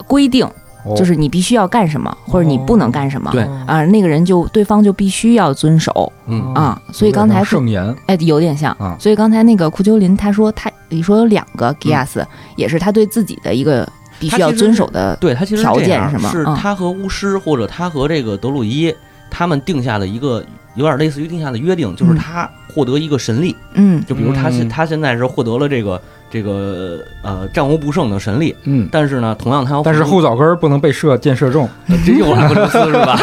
规定，
哦
就是你必须要干什么，或者你不能干什么。
对
啊，那个人就对方就必须要遵守
嗯
哦
啊，所以刚才
圣言
哎有点像，
啊
所以刚才那个库丘林他说他你说有两个 Gias，、也是他对自己的一个必须要遵守的，
对他其实
条
是这
件
样
是吗
是
嗯
他和巫师或者他和这个德鲁伊他们定下的一个有点类似于定下的约定，就是
嗯
他获得一个神力，
嗯
就比如他现
嗯
他现在是获得了这个这个呃战无不胜的神力，
嗯，
但是呢，同样他要
但是
付出
后脚跟儿不能被射箭射中，
这又来俄罗斯是吧？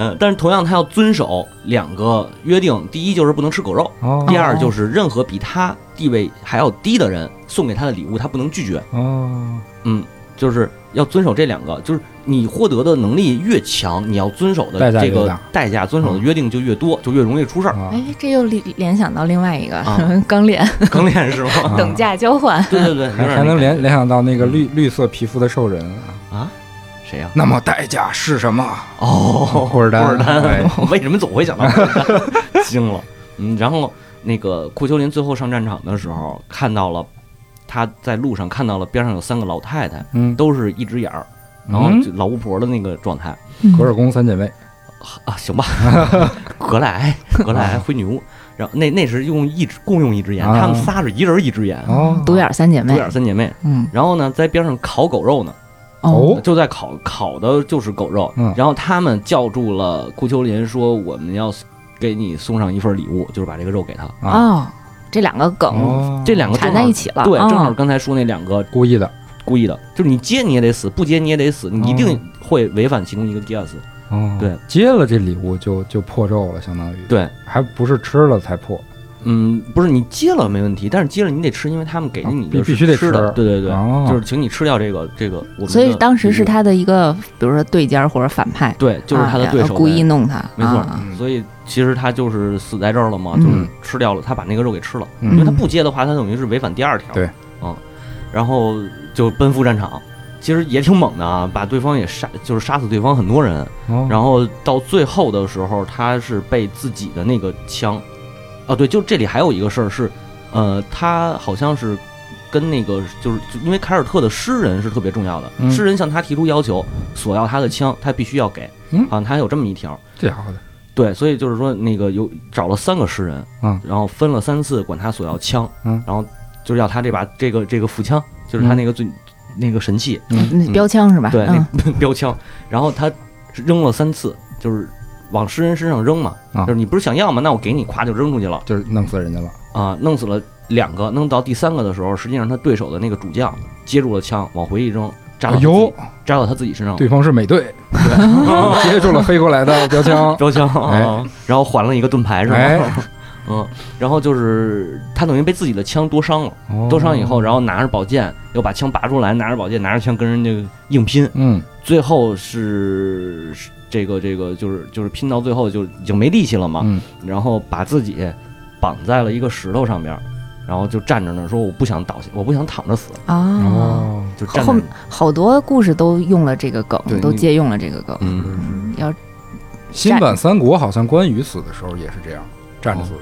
嗯，但是同样他要遵守两个约定，第一就是不能吃狗肉，
哦
第二就是任何比他地位还要低的人送给他的礼物，他不能拒绝。
哦，
就是要遵守这两个，就是你获得的能力越强，你要遵守的
代价
这
越
个
大
代价、遵守的
嗯
约定就越多，就越容易出事儿。
啊
哎，这又联联想到另外一个
啊
钢链、
刚练是吗？
啊
等价交换。
对对对，有
还
点
还能
那
联
感嗯
联想到那个绿绿色皮肤的兽人啊，
觉啊？谁呀？
那么代价是什么？
哦，
霍尔丹
霍尔丹
哎，
我 为什么总会想到霍尔丹？ 惊了，嗯，然后那个库丘林最后上战场的时候，看到了他在路上看到了边上有三个老太太，
嗯，
都是一只眼儿，然后就老巫婆的那个状态。
嗯
格尔宫三姐妹，
啊，行吧， 格莱埃格莱埃灰女巫，然后那那是用一只共用一只眼，
啊
她们仨是一人一只眼，
哦，
独眼三姐
独
妹，
眼三姐妹。
嗯，
然后呢，在边上烤狗肉呢，
哦，
哦
就在烤烤的就是狗肉
嗯。
然后他们叫住了库丘林，说我们要给你送上一份礼物，就是把这个肉给他。
啊
哦，这两个梗
哦，
这两个
缠
正
在
好
一起了，
对，
嗯
正好刚才说那两个
故意的，
故意的，就是你接你也得死，不接你也得死，你一定会违反其中一个 guess。
哦，
对，
接了这礼物就就破咒了，相当于，
对，
还不是吃了才破，
嗯，不是你接了没问题，但是接了你得吃，因为他们给
啊
你
必
的
必
是
须得
吃
吃
的，对对对，
哦
就是请你吃掉这个这个我们的
所以当时
礼
是
物
他的一个，比如说对尖儿或者反派，
对，就是他的
啊
对
然
手
后
呗
故意弄他，
没错
嗯
啊，
所以其实他就是死在这儿了嘛，
嗯
就是吃掉了，他把那个肉给吃了，
嗯
因为他不接的话，他等于是违反第二条。
对，
嗯，然后就奔赴战场，其实也挺猛的啊，把对方也杀，就是杀死对方很多人，
然
然后到最后的时候，他是被自己的那个枪，啊，对，就这里还有一个事儿是，呃，他好像是跟那个就是就因为凯尔特的诗人是特别重要的，
嗯
诗人向他提出要求，索要他的枪，他必须要给，
嗯
好像他还有这么一条。
这家伙的，
对，所以就是说，那个有找了三个诗人，
嗯，
然后分了三次管他索要枪，
嗯，
然后就是要他这把这个这个腹枪，就是他那个最、那个神器，
那标枪是吧？
嗯对，
嗯，
那标枪，然后他扔了三次，就是往诗人身上扔嘛，
啊
就是你不是想要吗？那我给你，咵就扔出去了
就是弄死人家了，
啊，弄死了两个，弄到第三个的时候，实际上他对手的那个主将接住了枪，往回一扔，扎到他
哎
自己嗯
呦，
扎到他自己身上了，
对方是美队， 接住了飞过来的标枪，
标枪，
哎
啊然后还了一个盾牌是吧？
哎
嗯，然后就是他等于被自己的枪多伤了，
哦
多伤以后，然后拿着宝剑又把枪拔出来，拿着宝剑拿着枪跟人家硬拼，
嗯，
最后是是这个这个就是就是拼到最后就已经没力气了嘛，
嗯
然后把自己绑在了一个石头上边儿，然后就站着呢，说我不想倒下，我不想躺着死，
啊。
哦，
就站
后
着
面。好多故事都用了这个梗
对，
都
你
借用了这个梗。
嗯，
要
新版三国好像关羽死的时候也是这样站着死的，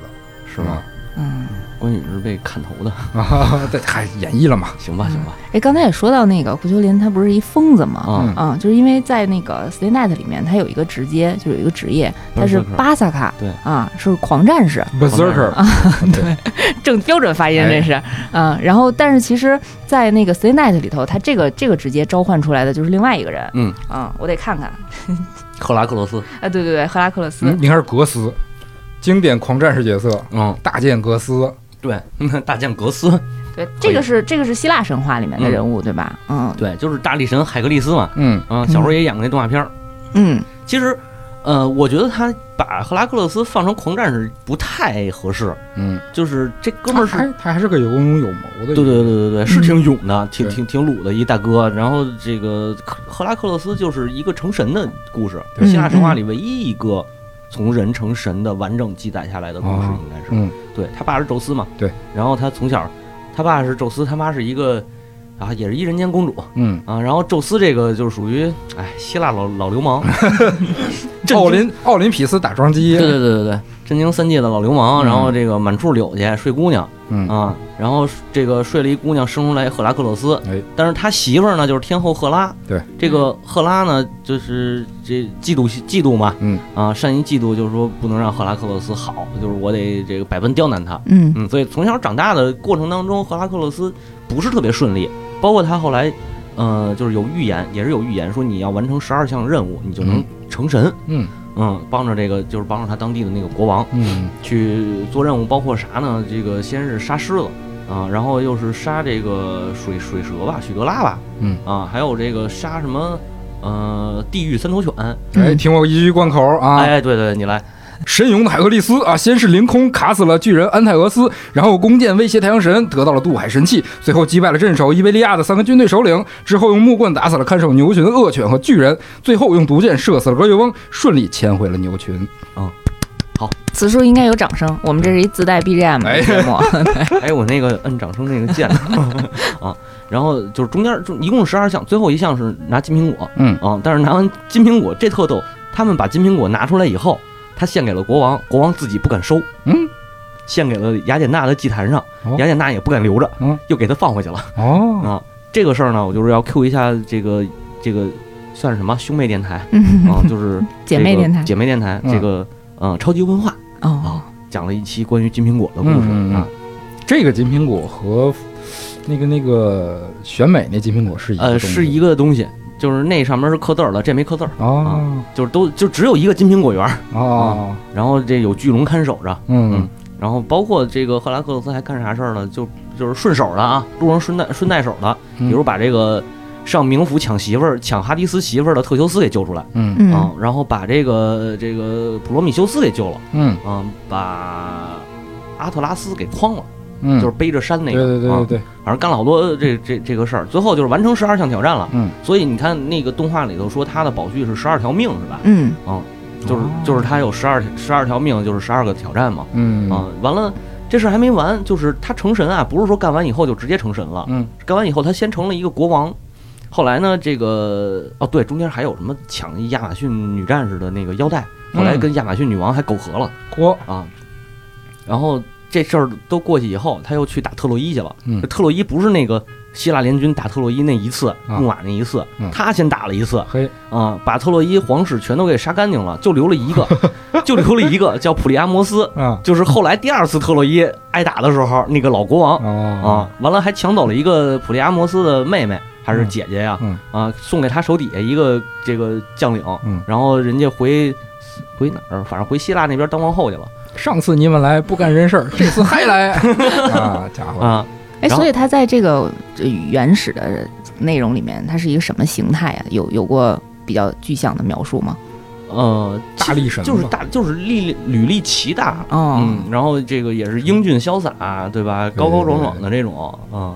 是吗？
嗯，
关羽是被砍头的，
啊， 对，还演绎了嘛，
行吧，行吧，
哎，刚才也说到那个胡秋林，他不是一疯子吗？
啊
嗯，
嗯，就是因为在那个《Stay Night》里面，他有一个直接，就有一个职业，他是
Berserker
巴萨卡，
对
啊，是狂战士，
Berserker
啊
对，
正标准发音
哎
这是，嗯，然后但是其实，在那个《Stay Night》里头，他这个这个直接召唤出来的就是另外一个人，
嗯，
啊，我得看看，
赫拉克勒斯，
哎，对对对，赫拉克勒斯，
嗯，你看是格斯，经典狂战士角色，
嗯，
大剑格斯，
对， 大将格斯，
对，这个是这个是希腊神话里面的人物、对吧？嗯
对，就是大力神海格力斯嘛，
嗯，
啊，小时候也演过那动画片儿，
嗯，
其实，呃，我觉得他把赫拉克勒斯放成狂战士不太合适，
嗯，
就是这哥们
他
儿是。
还他还是个有勇有谋
对
的，
对对对对，是挺勇的，挺
嗯对
挺挺鲁的一大哥。然后这个克赫拉克勒斯就是一个成神的故事，
对
希腊神话
嗯
里唯一一个从人成神的完整记载下来的故事
哦，
应该是。
嗯，
对他爸是宙斯嘛，
对。
然后他从小，他爸是宙斯，他妈是一个啊，也是一人间公主
嗯，
啊。然后宙斯这个就是属于哎希腊老老流 氓，嗯震
奥
惊
林奥林匹斯打桩机，
对对对对对，震惊三界的老流氓，
嗯
然后这个满处柳去睡姑娘
嗯
啊，然后这个睡了一姑娘，生出来赫拉克勒斯
哎，
但是他媳妇儿呢就是天后赫拉，
对，
这个赫拉呢就是这嫉妒嫉妒嘛，
嗯
啊，善于嫉妒，就是说不能让赫拉克勒斯好，就是我得这个百般刁难他，
嗯
嗯，所以从小长大的过程当中，赫拉克勒斯不是特别顺利，包括他后来，呃，就是有预言，也是有预言说你要完成十二项任务，你就能
嗯
成神。
嗯
嗯，帮着这个就是帮着他当地的那个国王
嗯，
去做任务，包括啥呢？这个先是杀狮子啊，然后又是杀这个水水蛇吧，许多拉吧，
嗯
啊，还有这个杀什么呃地狱三头犬，
哎，听我一句贯口啊，
嗯哎，对对，你来，
神勇的海格力斯啊，先是凌空卡死了巨人安泰俄斯，然后弓箭威胁太阳神，得到了渡海神器，最后击败了镇守伊维利亚的三个军队首领，之后用木棍打死了看守牛群、恶犬和巨人，最后用毒箭射死了格月翁，顺利牵回了牛群。
此处应该有掌声，我们这是一自带 BGM 的节 目，
哎，我那个摁掌声那个键 啊，然后就是中间就一共十二项，最后一项是拿金苹果
嗯
啊，但是拿完金苹果这特逗，他们把金苹果拿出来以后，他献给了国王，国王自己不敢收。
嗯，
献给了雅典娜的祭坛上
哦，
雅典娜也不敢留着
嗯，
又给他放回去了。
哦，
这个事儿呢，我就是要 Q 一下这个这个算是什么兄妹电台 啊，就是
嗯姐妹
这个
电台
姐妹电台
嗯
这个嗯超级文化
哦
啊，讲了一期关于金苹果的故事
嗯嗯嗯
啊，
这个金苹果和那个那个选美那金苹果是一个
呃，
东西
是一个东西，就是那上面是刻字儿的，这没刻字儿，
哦
就是都就只有一个金苹果园儿，
哦，
然后这有巨龙看守着，
嗯
然后包括这个赫拉克勒斯还干啥事儿呢？就就是顺手的啊，路上顺带顺带手的，比
嗯
如把这个上冥府抢媳妇儿、抢哈迪斯媳妇儿的特修斯给救出来，
嗯
嗯
啊，然后把这个这个普罗米修斯给救了，
嗯
嗯，把阿特拉斯给诓了，
嗯，
就是背着山那
对
个，
对对
啊
对对，
反正干了好多这这这个事儿，最后就是完成十二项挑战了。
嗯，
所以你看那个动画里头说他的宝具是十二条命是吧？
嗯
就是
哦
就是他有十二十二条命，就是十二个挑战嘛。
嗯
啊，完了这事儿还没完，就是他成神啊，不是说干完以后就直接成神了，
嗯
干完以后他先成了一个国王。后来呢，这个哦对，中间还有什么抢亚马逊女战士的那个腰带，后来
嗯
跟亚马逊女王还苟合了。
锅，
啊，然后这事儿都过去以后，他又去打特洛伊去了。
嗯
这特洛伊不是那个希腊联军打特洛伊那一次，木马那一次，
嗯
他先打了一次
嘿，
啊，把特洛伊皇室全都给杀干净了，就留了一 个，就留了一个叫普利阿摩斯，
啊
就是后来第二次特洛伊挨打的时候那个老国王。
哦
啊，完了还抢走了一个普利阿摩斯的妹妹还是
嗯
姐姐呀？
嗯
啊，送给他手底下一个这个将领，
嗯
然后人家回回哪儿？反正回希腊那边当皇后去了
上次你们来不干人事儿，这次还来啊，家伙，
啊。
哎，
然后
所以它在这个呃原始的内容里面，它是一个什么形态啊？有有过比较具象的描述吗？
呃，
大力神啊
就是
嘛
大就是力履历奇大，
哦，
嗯，然后这个也是英俊潇洒，对吧？高高壮壮的这种，嗯，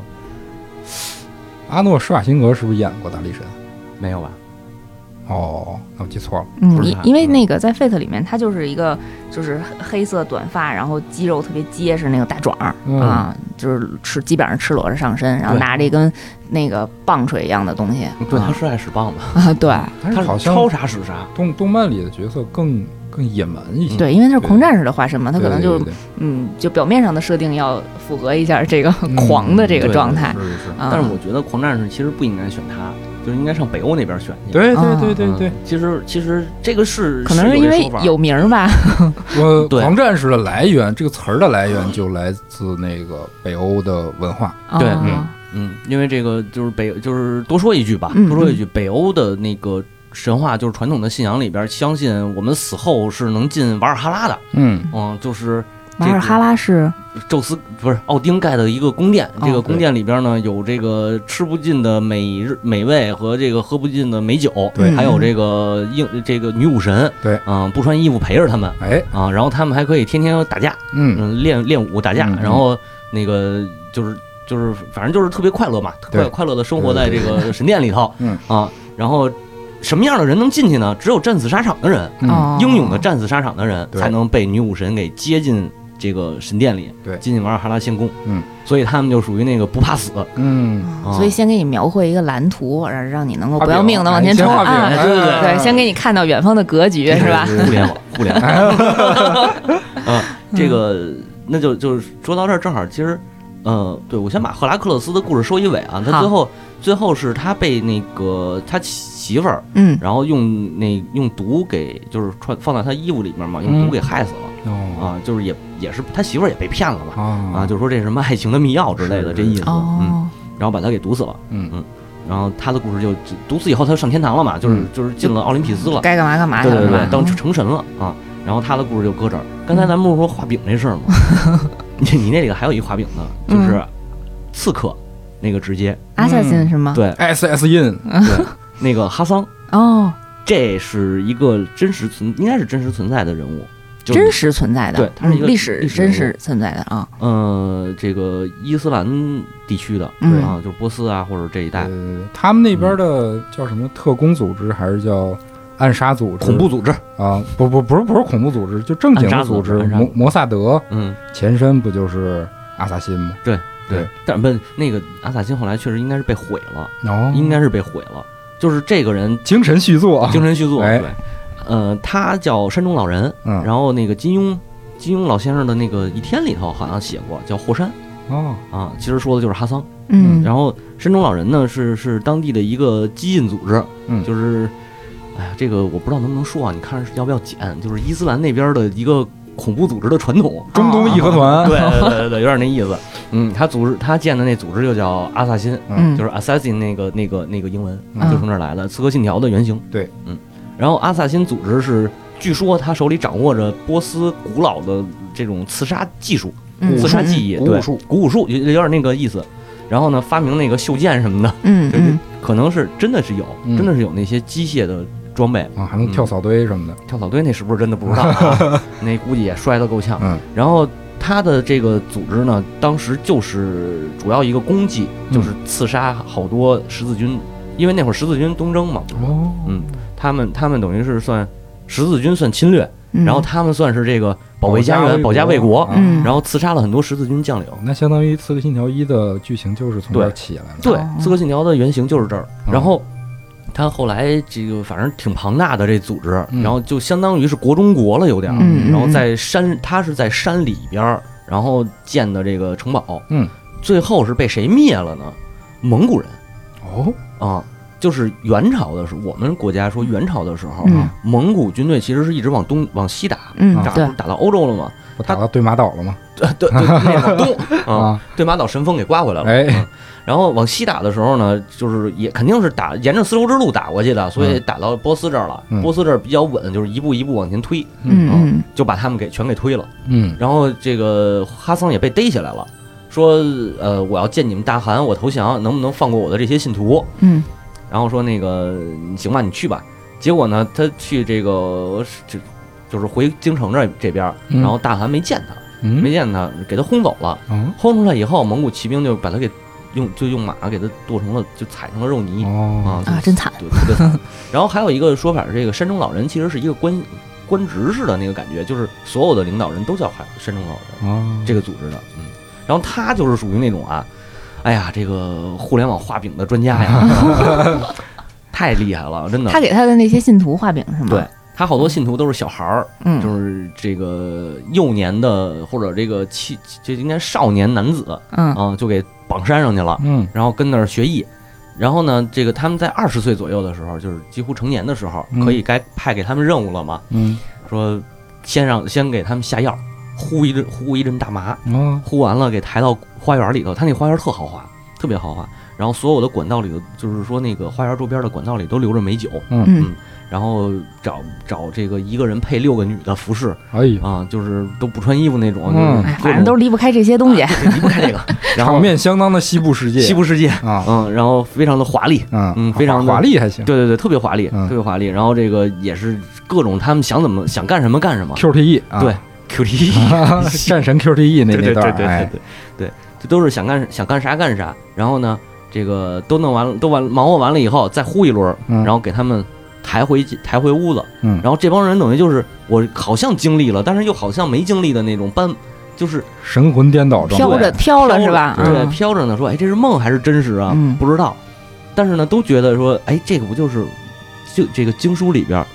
阿诺施瓦辛格是不是演过大力神？
没有吧？
哦，那我记错了，
不
嗯，
是
因
它
因为那个在 Fate 里面，它就是一个就是黑色短发，然后肌肉特别结实那个大壮儿、
嗯
啊，就是赤基本上赤裸着上身，然后
对
拿着一根那个棒槌一样的东西。
对，嗯他
啊
是爱使棒的，
啊，对
但是
他
好
是
像啊
抄啥使啥，
动动漫里的角色更更野蛮一些，
对，因为他是
对
狂战士的化身嘛，他嗯
对，
可能就
对对
嗯，就表面上的设定要符合一下这个
嗯
狂的这个
对
状态。
对是是是，
啊，
但是我觉得狂战士其实不应该选他，就是应该上北欧那边选去。
对
啊
对对对
嗯
对，，
其实其实这个是
可能是
是
因
这
为
说法
有名儿吧，
我
对
狂战士的来源，这个词儿的来源就来自那个北欧的文化，
对
啊
嗯
嗯，因为这个就是北就是多说一句吧，
嗯
多说一句，北欧的那个神话就是传统的信仰里边，相信我们死后是能进瓦尔哈拉的，
嗯
嗯，就是
马尔哈拉是
宙斯不是奥丁盖的一个宫殿，
哦
这个宫殿里边呢有这个吃不尽的美日美味和这个喝不尽的美酒，
对
还有这个英这个女武神，
对
嗯、不穿衣服陪着他们
哎，
啊，然后他们还可以天天打架，
嗯
嗯，练练武打架，
嗯嗯
然后那个就是就是反正就是特别快乐嘛，特
对
快快乐的生活在
对
这
对
个神殿里头，
嗯
啊，然后什么样的人能进去呢？只有战死沙场的人，
嗯，
哦
英勇的战死沙场的人，
对
才能被女武神给接进这个神殿里，
对
进进瓦尔哈拉仙宫。
嗯，
所以他们就属于那个不怕死。
嗯，
啊
哦
所以先给你描绘一个蓝图，让让你能够
画
不要
饼
命的往
哎
前
先
冲
画饼
啊！
哎对对对
对，先给你看到远方的格局，是吧？
互 联网，互联
哎
网。啊，
嗯
这个那就就是说到这儿，正好其实，呃，对我先把赫拉克勒斯的故事收一尾啊。他
好
最后最后是他被那个他媳妇儿，
嗯，
然后用那用毒给就是穿放在他衣服里面嘛，用毒给害死了、
嗯哦
啊。就是也也是他媳妇儿也被骗了嘛。啊，
啊，
就说这是什么爱情的密钥之类的
是
这意思，嗯，
哦，
然后把他给毒死了，
嗯
然后他的故事就就毒死以后，他上天堂了嘛，就是
嗯
就是进了奥林匹斯了，
该干嘛干嘛去
嗯对
了，
对
是吧
对，？当
嗯
成神了啊。然后他的故事就搁这儿。刚才咱们不是说画饼这事儿吗？ 你你那里还有一画饼呢，
嗯
就是刺客那个直接
阿萨辛是吗？
对
，S S in，
对，那个哈桑，
哦，
这是一个真实存，应该是真实存在的人物，就
真实存在的，
对它是一个
嗯历史
历史
真
人物
实存在的啊，
呃，这个伊斯兰地区的
嗯
啊，就是波斯啊或者这一带
呃，他们那边的叫什么特工组织还是叫暗杀组织？
恐怖组织，
啊，不不不是不是恐怖组织，就正经
暗杀
的
组
组
织
织，
暗杀
摩
组
摩萨德
嗯。
前身不就是阿萨辛吗？对，
但不，那个阿萨辛后来确实应该是被毁了，
哦
应该是被毁了。就是这个人
精神续作啊，
精神续作，
哎
对，呃，他叫山中老人，
嗯，
然后那个金庸，金庸老先生的那个《倚天》里头好像写过，叫霍山
哦，
啊，其实说的就是哈桑。
嗯，
然后山中老人呢是是当地的一个激进组织，
嗯
就是，哎呀，这个我不知道能不能说啊，你看要不要剪？就是伊斯兰那边的一个恐怖组织的传统，
中东义和 团，
对对对对，有点那意思。嗯，他组织他建的那组织就叫阿萨辛，
嗯，
就是 assassin 那个那个那个英文
嗯
就从这儿来的，《刺客信条》的原型。
对，
嗯，然后阿萨辛组织是，据说他手里掌握着波斯古老的这种刺杀技术、
嗯
刺杀技艺，
古武
对
术，
古武术有有点那个意思。然后呢，发明那个袖箭什么的，
嗯
就是
嗯，
可能是真的是有，
嗯
真的是有那些机械的装备。
啊，还能跳草堆什么的，
跳草堆那是不是真的不知道、 啊，那估计也摔得够呛。
嗯
然后他的这个组织呢，当时就是主要一个功绩
嗯
就是刺杀好多十字军，因为那会儿十字军东征嘛，
哦，
嗯他们他们等于是算十字军算侵略，
嗯
然后他们算是这个保卫家园、保家卫国，嗯
啊
嗯
然后刺杀了很多十字军将领。
那相当于《刺客信条一》的剧情就是从这儿
对
起来了，
对，
哦
《刺客信条》的原型就是这儿。
嗯
然后他后来这个反正挺庞大的这组织，
嗯
然后就相当于是国中国了有点儿。
嗯嗯
然后在山，他是在山里边儿，然后建的这个城堡。
嗯，
最后是被谁灭了呢？蒙古人
哦，
啊，就是元朝的时候，我们国家说元朝的时候，
嗯
蒙古军队其实是一直往东往西打，
嗯
打
对
打到欧洲了嘛？
我打到对马岛了吗？
对对 对，那往东啊，嗯
啊，
对马岛神风给刮回来了。
哎，
然后往西打的时候呢，就是也肯定是打沿着丝绸之路打过去的，所以打到波斯这儿了。
嗯
波斯这儿比较稳，就是一步一步往前推，
嗯
就把他们给全给推了。
嗯，
然后这个哈桑也被逮起来了，说呃我要见你们大汗，我投降，能不能放过我的这些信徒？
嗯嗯
然后说那个你行吧，你去吧。结果呢，他去这个这就是回京城这这边，
嗯
然后大汗没见他，
嗯
没，见他，给他轰走了。
嗯，
轰出来以后，蒙古骑兵就把他给用就用马给他剁成了，就踩成了肉泥、
哦，
啊
啊，真惨，
对， 特别惨。然后还有一个说法是，这个山中老人其实是一个官官职式的那个感觉，就是所有的领导人都叫海山中老人
哦，
这个组织的，嗯。然后他就是属于那种啊，哎呀，这个互联网画饼的专家呀，太厉害了，真的。
他给他的那些信徒画饼是吗？
对，他好多信徒都是小孩儿，
嗯，
就是这个幼年的或者这个七，这应该少年男子，
嗯
啊，就给绑山上去了，
嗯，
然后跟那儿学艺。然后呢，这个他们在二十岁左右的时候，就是几乎成年的时候
嗯，
可以该派给他们任务了嘛？
嗯，
说先让先给他们下药，呼一阵呼一阵大麻，
哦，
呼完了给抬到花园里头。他那花园特豪华，特别豪华。然后所有的管道里头，就是说那个花园周边的管道里都留着美酒，
嗯
然后找找这个一个人配六个女的服侍
哎呦，
啊，就是都不穿衣服那种，啊
嗯
哎，反正都离不开这些东西。
离不开这 个。然后
场面相当的西部世界，
西部世界，
啊，
嗯，然后非常的华丽，
嗯
嗯非常的
华丽还行
对对对，特别华丽，
嗯
特别华丽。然后这个也是各种他们想怎么想干什么干什么
，QTE 啊，
对 ，QT，
战神 QTE 那
对对对
那段
对对
儿，
对
哎，
对对，这都是想干想干啥干啥。然后呢，这个都弄完了，都完忙活完了以后，再呼一轮，
嗯
然后给他们抬回抬回屋子。
嗯
然后这帮人等于就是我好像经历了，但是又好像没经历的那种搬，就是
神魂颠倒状
飘
态，
着飘了
飘
是吧？
对，
嗯
飘着呢，说哎，这是梦还是真实啊？
嗯
不知道。但是呢，都觉得说，哎，这个不就是就这个经书里边儿，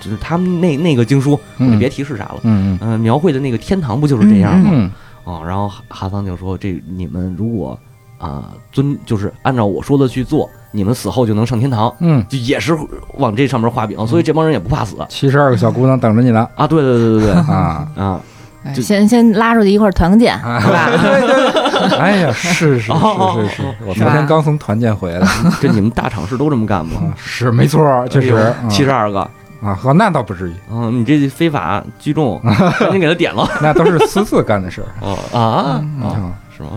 就是他们那那个经书，我就
嗯
别提是啥了。
嗯
嗯、描绘的那个天堂不就是这样吗？
嗯
啊、然后哈哈桑就说：“这你们如果啊、遵就是按照我说的去做，你们死后就能上天堂，
嗯，
就也是往这上面画饼，所以这帮人也不怕死
七十二个小姑娘等着你呢
啊！对对对对对
啊！
啊！
哎
就
先先拉出去一块儿团个建，
啊
是吧？
哎呀，是是是是
哦
是，我昨
吧
天刚从团建回来，
这你们大厂是都这么干吗？
啊是没错儿，确实嗯
哎呦，七十二个，
啊，呵，那倒不至于，
嗯，你这非法聚 众，赶紧给他点了。
那都是私自干的事儿
哦啊啊，
啊。
是吗？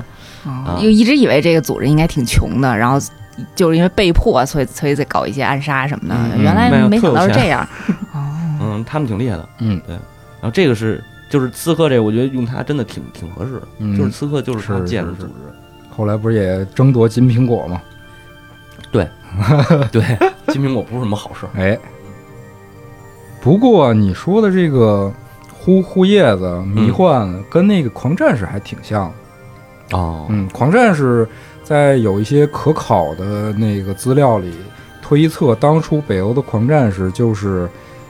哦又一直以为这个组织应该挺穷的，然后就是因为被迫，所以所以才搞一些暗杀什么的。
嗯
原来
没有
没
特有
想到是
钱
这样。
嗯，他们挺厉害的，
嗯，
对。然后这个是就是刺客这个，我觉得用它真的挺挺合适的，
嗯
就是刺客就是他
是
建
是
的
是
组织，
后来不是也争夺金苹果吗？
对，金苹果不是什么好事儿。
哎，不过你说的这个呼呼叶子迷幻，
嗯
跟那个狂战士还挺像的。
哦，
嗯，狂战士在有一些可考的那个资料里推测，当初北欧的狂战士就是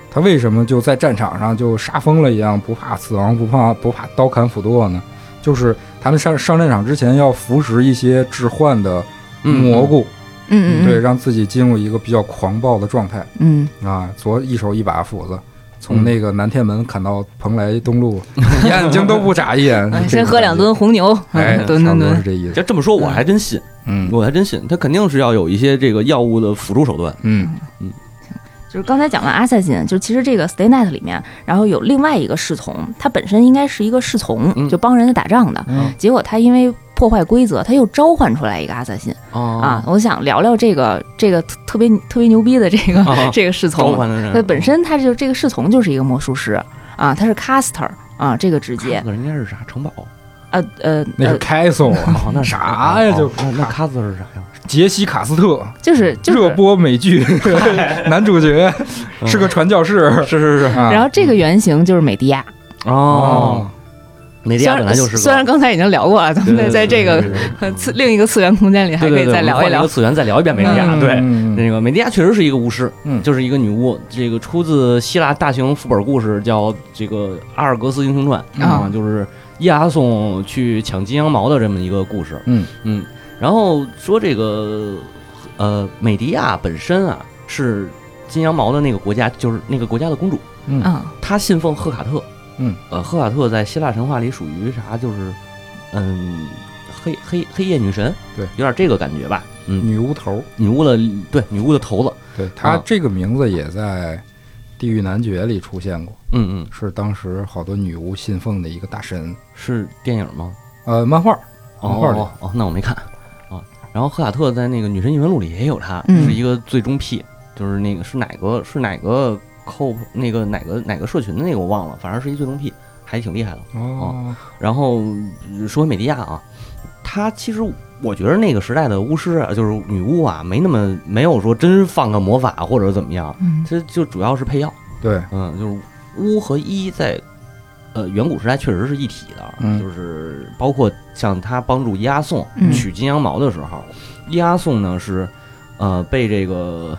他为什么就在战场上就杀疯了一样，不怕死亡，不怕不怕刀砍斧剁呢？就是他们上上战场之前要服食一些致幻的蘑菇，
嗯嗯
对，让自己进入一个比较狂暴的状态
嗯
啊。左一手一把斧子，
嗯
从那个南天门砍到蓬莱东路， 眼睛都不眨一眼。
嗯，
这
先
个
喝
感
两
觉，
吨红牛，
哎，
嗯吨
差
吨
不多是
吨。
这意思。
这这么说，我还真信，
嗯
我还真信，他肯定是要有一些这个药物的辅助手段。
嗯。
就是刚才讲完阿萨辛，就其实这个 Stay Night 里面，然后有另外一个侍从，他本身应该是一个侍
嗯
从，就帮人家打仗
哎
的，
嗯
结果他因为破坏规则，他又召唤出来一个阿萨辛啊
哦
啊。
我想聊聊这个这个特特别特别牛逼的这个、
哦
啊
这个侍
召
从，
唤的人，
他本身他就这个侍从就是一个魔术师啊，他是 caster 啊，这个职
卡
业
子人家是啥城堡？
呃呃
那是
呃，
Castle 啊，
哦，那是
啥呀
哦
就
那那卡子是啥呀？
杰西·卡斯特，
就是就
热
是。
播 美剧男主角
嗯
是个传教士，
是是是
啊
然后这个原型就是美迪亚，
哦，，美利
虽
亚
然
本来就是个
虽然刚才已经聊过了，咱
对
们
对
在在
对
这
对
个
对对对
呃 次另一个次元空间里还可
对
以
对
再聊一
我们换
聊
个。次元再聊一遍美利亚，
嗯
对。
嗯
那个美利亚确实是一个巫师，
嗯
就是一个女巫，这个出自希腊大型副本故事，叫这个《阿尔格斯英雄传》
啊
啊，就是押送去抢金羊毛的这么一个故事。
嗯
嗯，然后说这个呃，美迪亚本身啊是金羊毛的那个国家，就是那个国家的公主，
嗯
嗯，
她信奉赫卡特。
嗯，
呃，赫卡特在希腊神话里属于啥？就是嗯，黑黑黑夜女神，
对
有点这个感觉吧。嗯，
女巫头，
女巫的对女巫的头子，
对他
啊
这个名字也在《地狱男爵》里出现过，
嗯嗯，
是当时好多女巫信奉的一个大神。
是电影吗？
呃，漫画，
哦
漫画里
哦哦，那我没看啊。然后赫卡特在那个《女神异闻录》里也有她，
嗯
是一个最终 P，就是那个是哪个是哪个扣那个哪个哪个社群的那个我忘了，反正是一最终 P，还挺厉害的。
哦，
然后呃说回美迪亚啊，她其实我觉得那个时代的巫师啊，就是女巫啊，没那么没有说真放个魔法或者怎么样，
嗯
这就主要是配药。
对，
嗯，就是巫和医在呃远古时代确实是一体的，
嗯
就是包括像他帮助押送
嗯
取金羊毛的时候，押送呢是呃被这个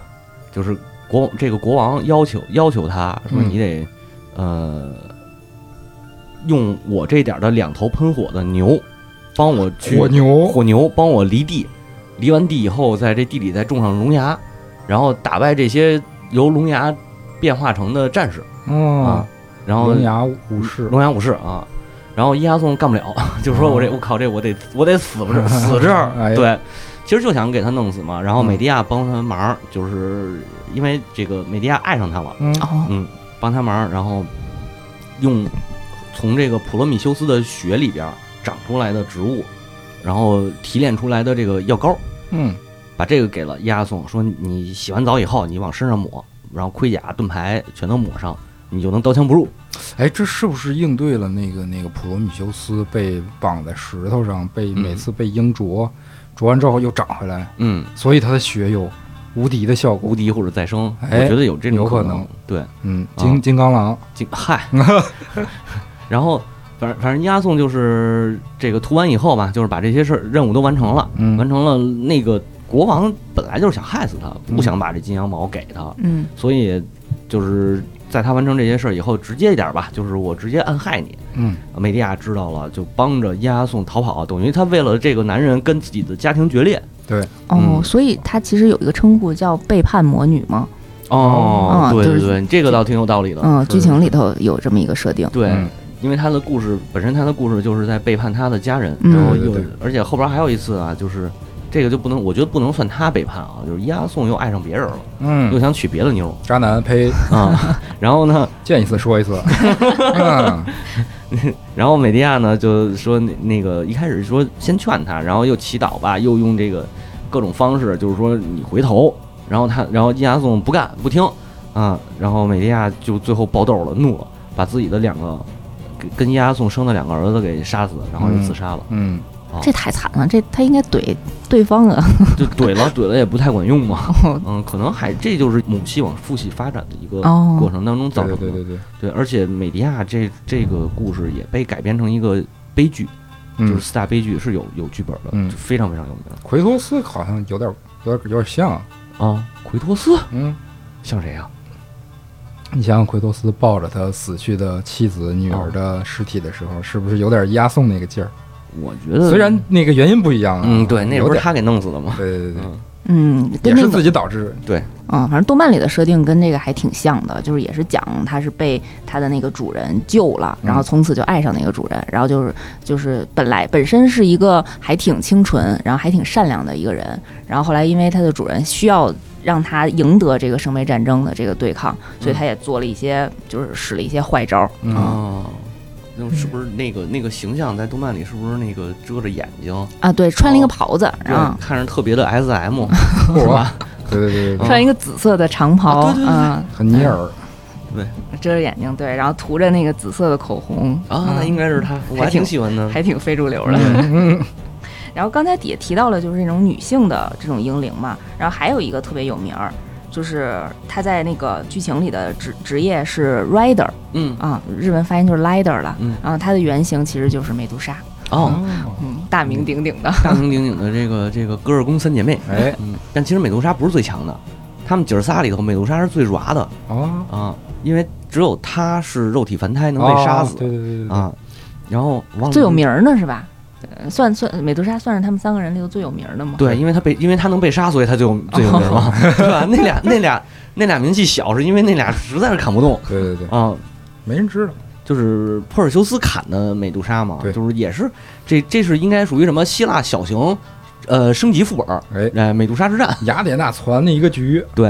就是国这个国王要求要求他说
嗯
你得、呃用我这点儿的两头喷火的牛帮我去
火牛，
火牛帮我犁地，犁完地以后，在这地里再种上龙牙，然后打败这些由龙牙变化成的战士
哦
啊，，然后
龙牙武士，
龙牙武士啊，然后伊哈松干不了， 就说我这我靠这我得我得死不是死这儿
哦 哎，呀嗯
对，其实就想给他弄死嘛，然后美迪亚帮他忙，就是因为这个美迪亚爱上他了，
嗯
哦，
嗯，帮他忙，然后用从这个普罗米修斯的血里边长出来的植物，然后提炼出来的这个药膏，
嗯
把这个给了亚松，说你洗完澡以后，你往身上抹，然后盔甲、盾牌全都抹上，你就能刀枪不入。
哎，这是不是应对了那个那个普罗米修斯被绑在石头上，被
嗯
每次被鹰啄，啄完之后又长回来，
嗯，
所以他的血有无敌的效果。
无敌或者再生，
哎
我觉得有这种
有可
能。
能
对，
嗯，金
啊
金刚狼，
就嗨， 然后反正反正押送就是这个涂完以后吧，就是把这些事儿任务都完成了，
嗯
完成了。那个国王本来就是想害死他，
嗯
不想把这金羊毛给他，
嗯
所以就是在他完成这些事儿以后，直接一点吧，就是我直接暗害你。
嗯
美利亚知道了，就帮着押送逃跑，啊等于她为了这个男人跟自己的家庭决裂。
哦
嗯，
所以他其实有一个称呼叫背叛魔女嘛，哦
对
就是
对对，这个倒挺有道理的。
嗯，
是
剧情里头有这么一个设定，
对
嗯，
因为她的故事本身，她的故事就是在背叛她的家人，
嗯
然后
对
又
对对
而且后边还有一次啊，就是这个就不能，我觉得不能算她背叛啊，就是押送又爱上别人了，又
嗯，
想娶别 的妞
渣男呸，
啊。然后呢，
见一次说一次。嗯
然后美迪亚呢就说那那个一开始说先劝他，然后又祈祷吧，又用这个各种方式，就是说你回头，然后他，然后伊阿宋不干不听啊，然后美迪亚就最后爆痘了，怒了，把自己的两个跟跟伊阿宋生的两个儿子给杀死，然后就自杀了，
嗯，
这太惨了，这他应该怼对方啊，
就怼了怼了也不太管用嘛，嗯，可能还这就是母系往父系发展的一个
哦
过程当中造
对
成的，
对对对对，
对而且美迪亚这这个故事也被改编成一个悲剧。就
嗯
是，四大悲剧是有有剧本的，
嗯
就非常非常有名
奎托斯好像有点有点有点像。哦
啊。奎托斯
嗯，
像谁啊？
你想想奎托斯抱着他死去的妻子、女儿的尸体的时候，是不是有点押送那个劲儿？
我觉得
虽然那个原因不一样啊，
嗯，对，那
有
不是
点
他给弄死的吗？
对对对
嗯
嗯，
对，
跟
也
那
是
个
自己导致。
嗯，反正动漫里的设定跟这个还挺像的，就是也是讲他是被他的那个主人救了，然
嗯
后从此就爱上那个主人，然后就是就是本来本身是一个还挺清纯，然后还挺善良的一个人，然后后来因为他的主人需要让他赢得这个圣杯战争的这个对抗，所以
嗯
他也做了一些，就是使了一些坏招。
嗯，
哦，那是不是那个那个形象在动漫里是不是那个遮着眼睛，
嗯
啊，对，穿了一个
哦
袍子，
对
然后
看着特别的 S M 啊
是
是吧？
对对对对对，
穿一个紫色的长袍
啊，对对对
嗯，
很 尼尔，
遮着眼睛，对，然后涂着那个紫色的口红，嗯
啊，
嗯
那应该是他，我还挺喜欢的。
还挺非主流的。
嗯，嗯
然后刚才底下提到了就是这种女性的这种英灵嘛，然后还有一个特别有名儿，就是她在那个剧情里的职职业是 rider
嗯
啊，日文发音就是 rider 了，
嗯
然后她的原型其实就是美杜莎，
哦，
哦，
嗯，大名鼎鼎的，
大名鼎鼎的这个这个戈尔宫三姐妹，
哎，
嗯，但其实美杜莎不是最强的，她们姐儿仨里头，美杜莎是最软的
哦，
啊，因为只有她是肉体凡胎 能被杀
哦
死
对对对对，对
啊。然后忘了
最有，名儿的是吧？呃算算美杜莎算是他们三个人里头最有名儿的吗？
对，因为她被因为她能被杀，所以她最有最有名
哦
嘛，对吧？那俩那俩那俩名气小，是因为那俩实在是砍不动
对对对，
啊，
没人知道，
就是珀尔修斯砍的美杜莎嘛
对，
就是也是这这是应该属于什么希腊小型呃升级副本儿，
哎，
呃美杜莎之战，
雅典娜传的一个局，
对，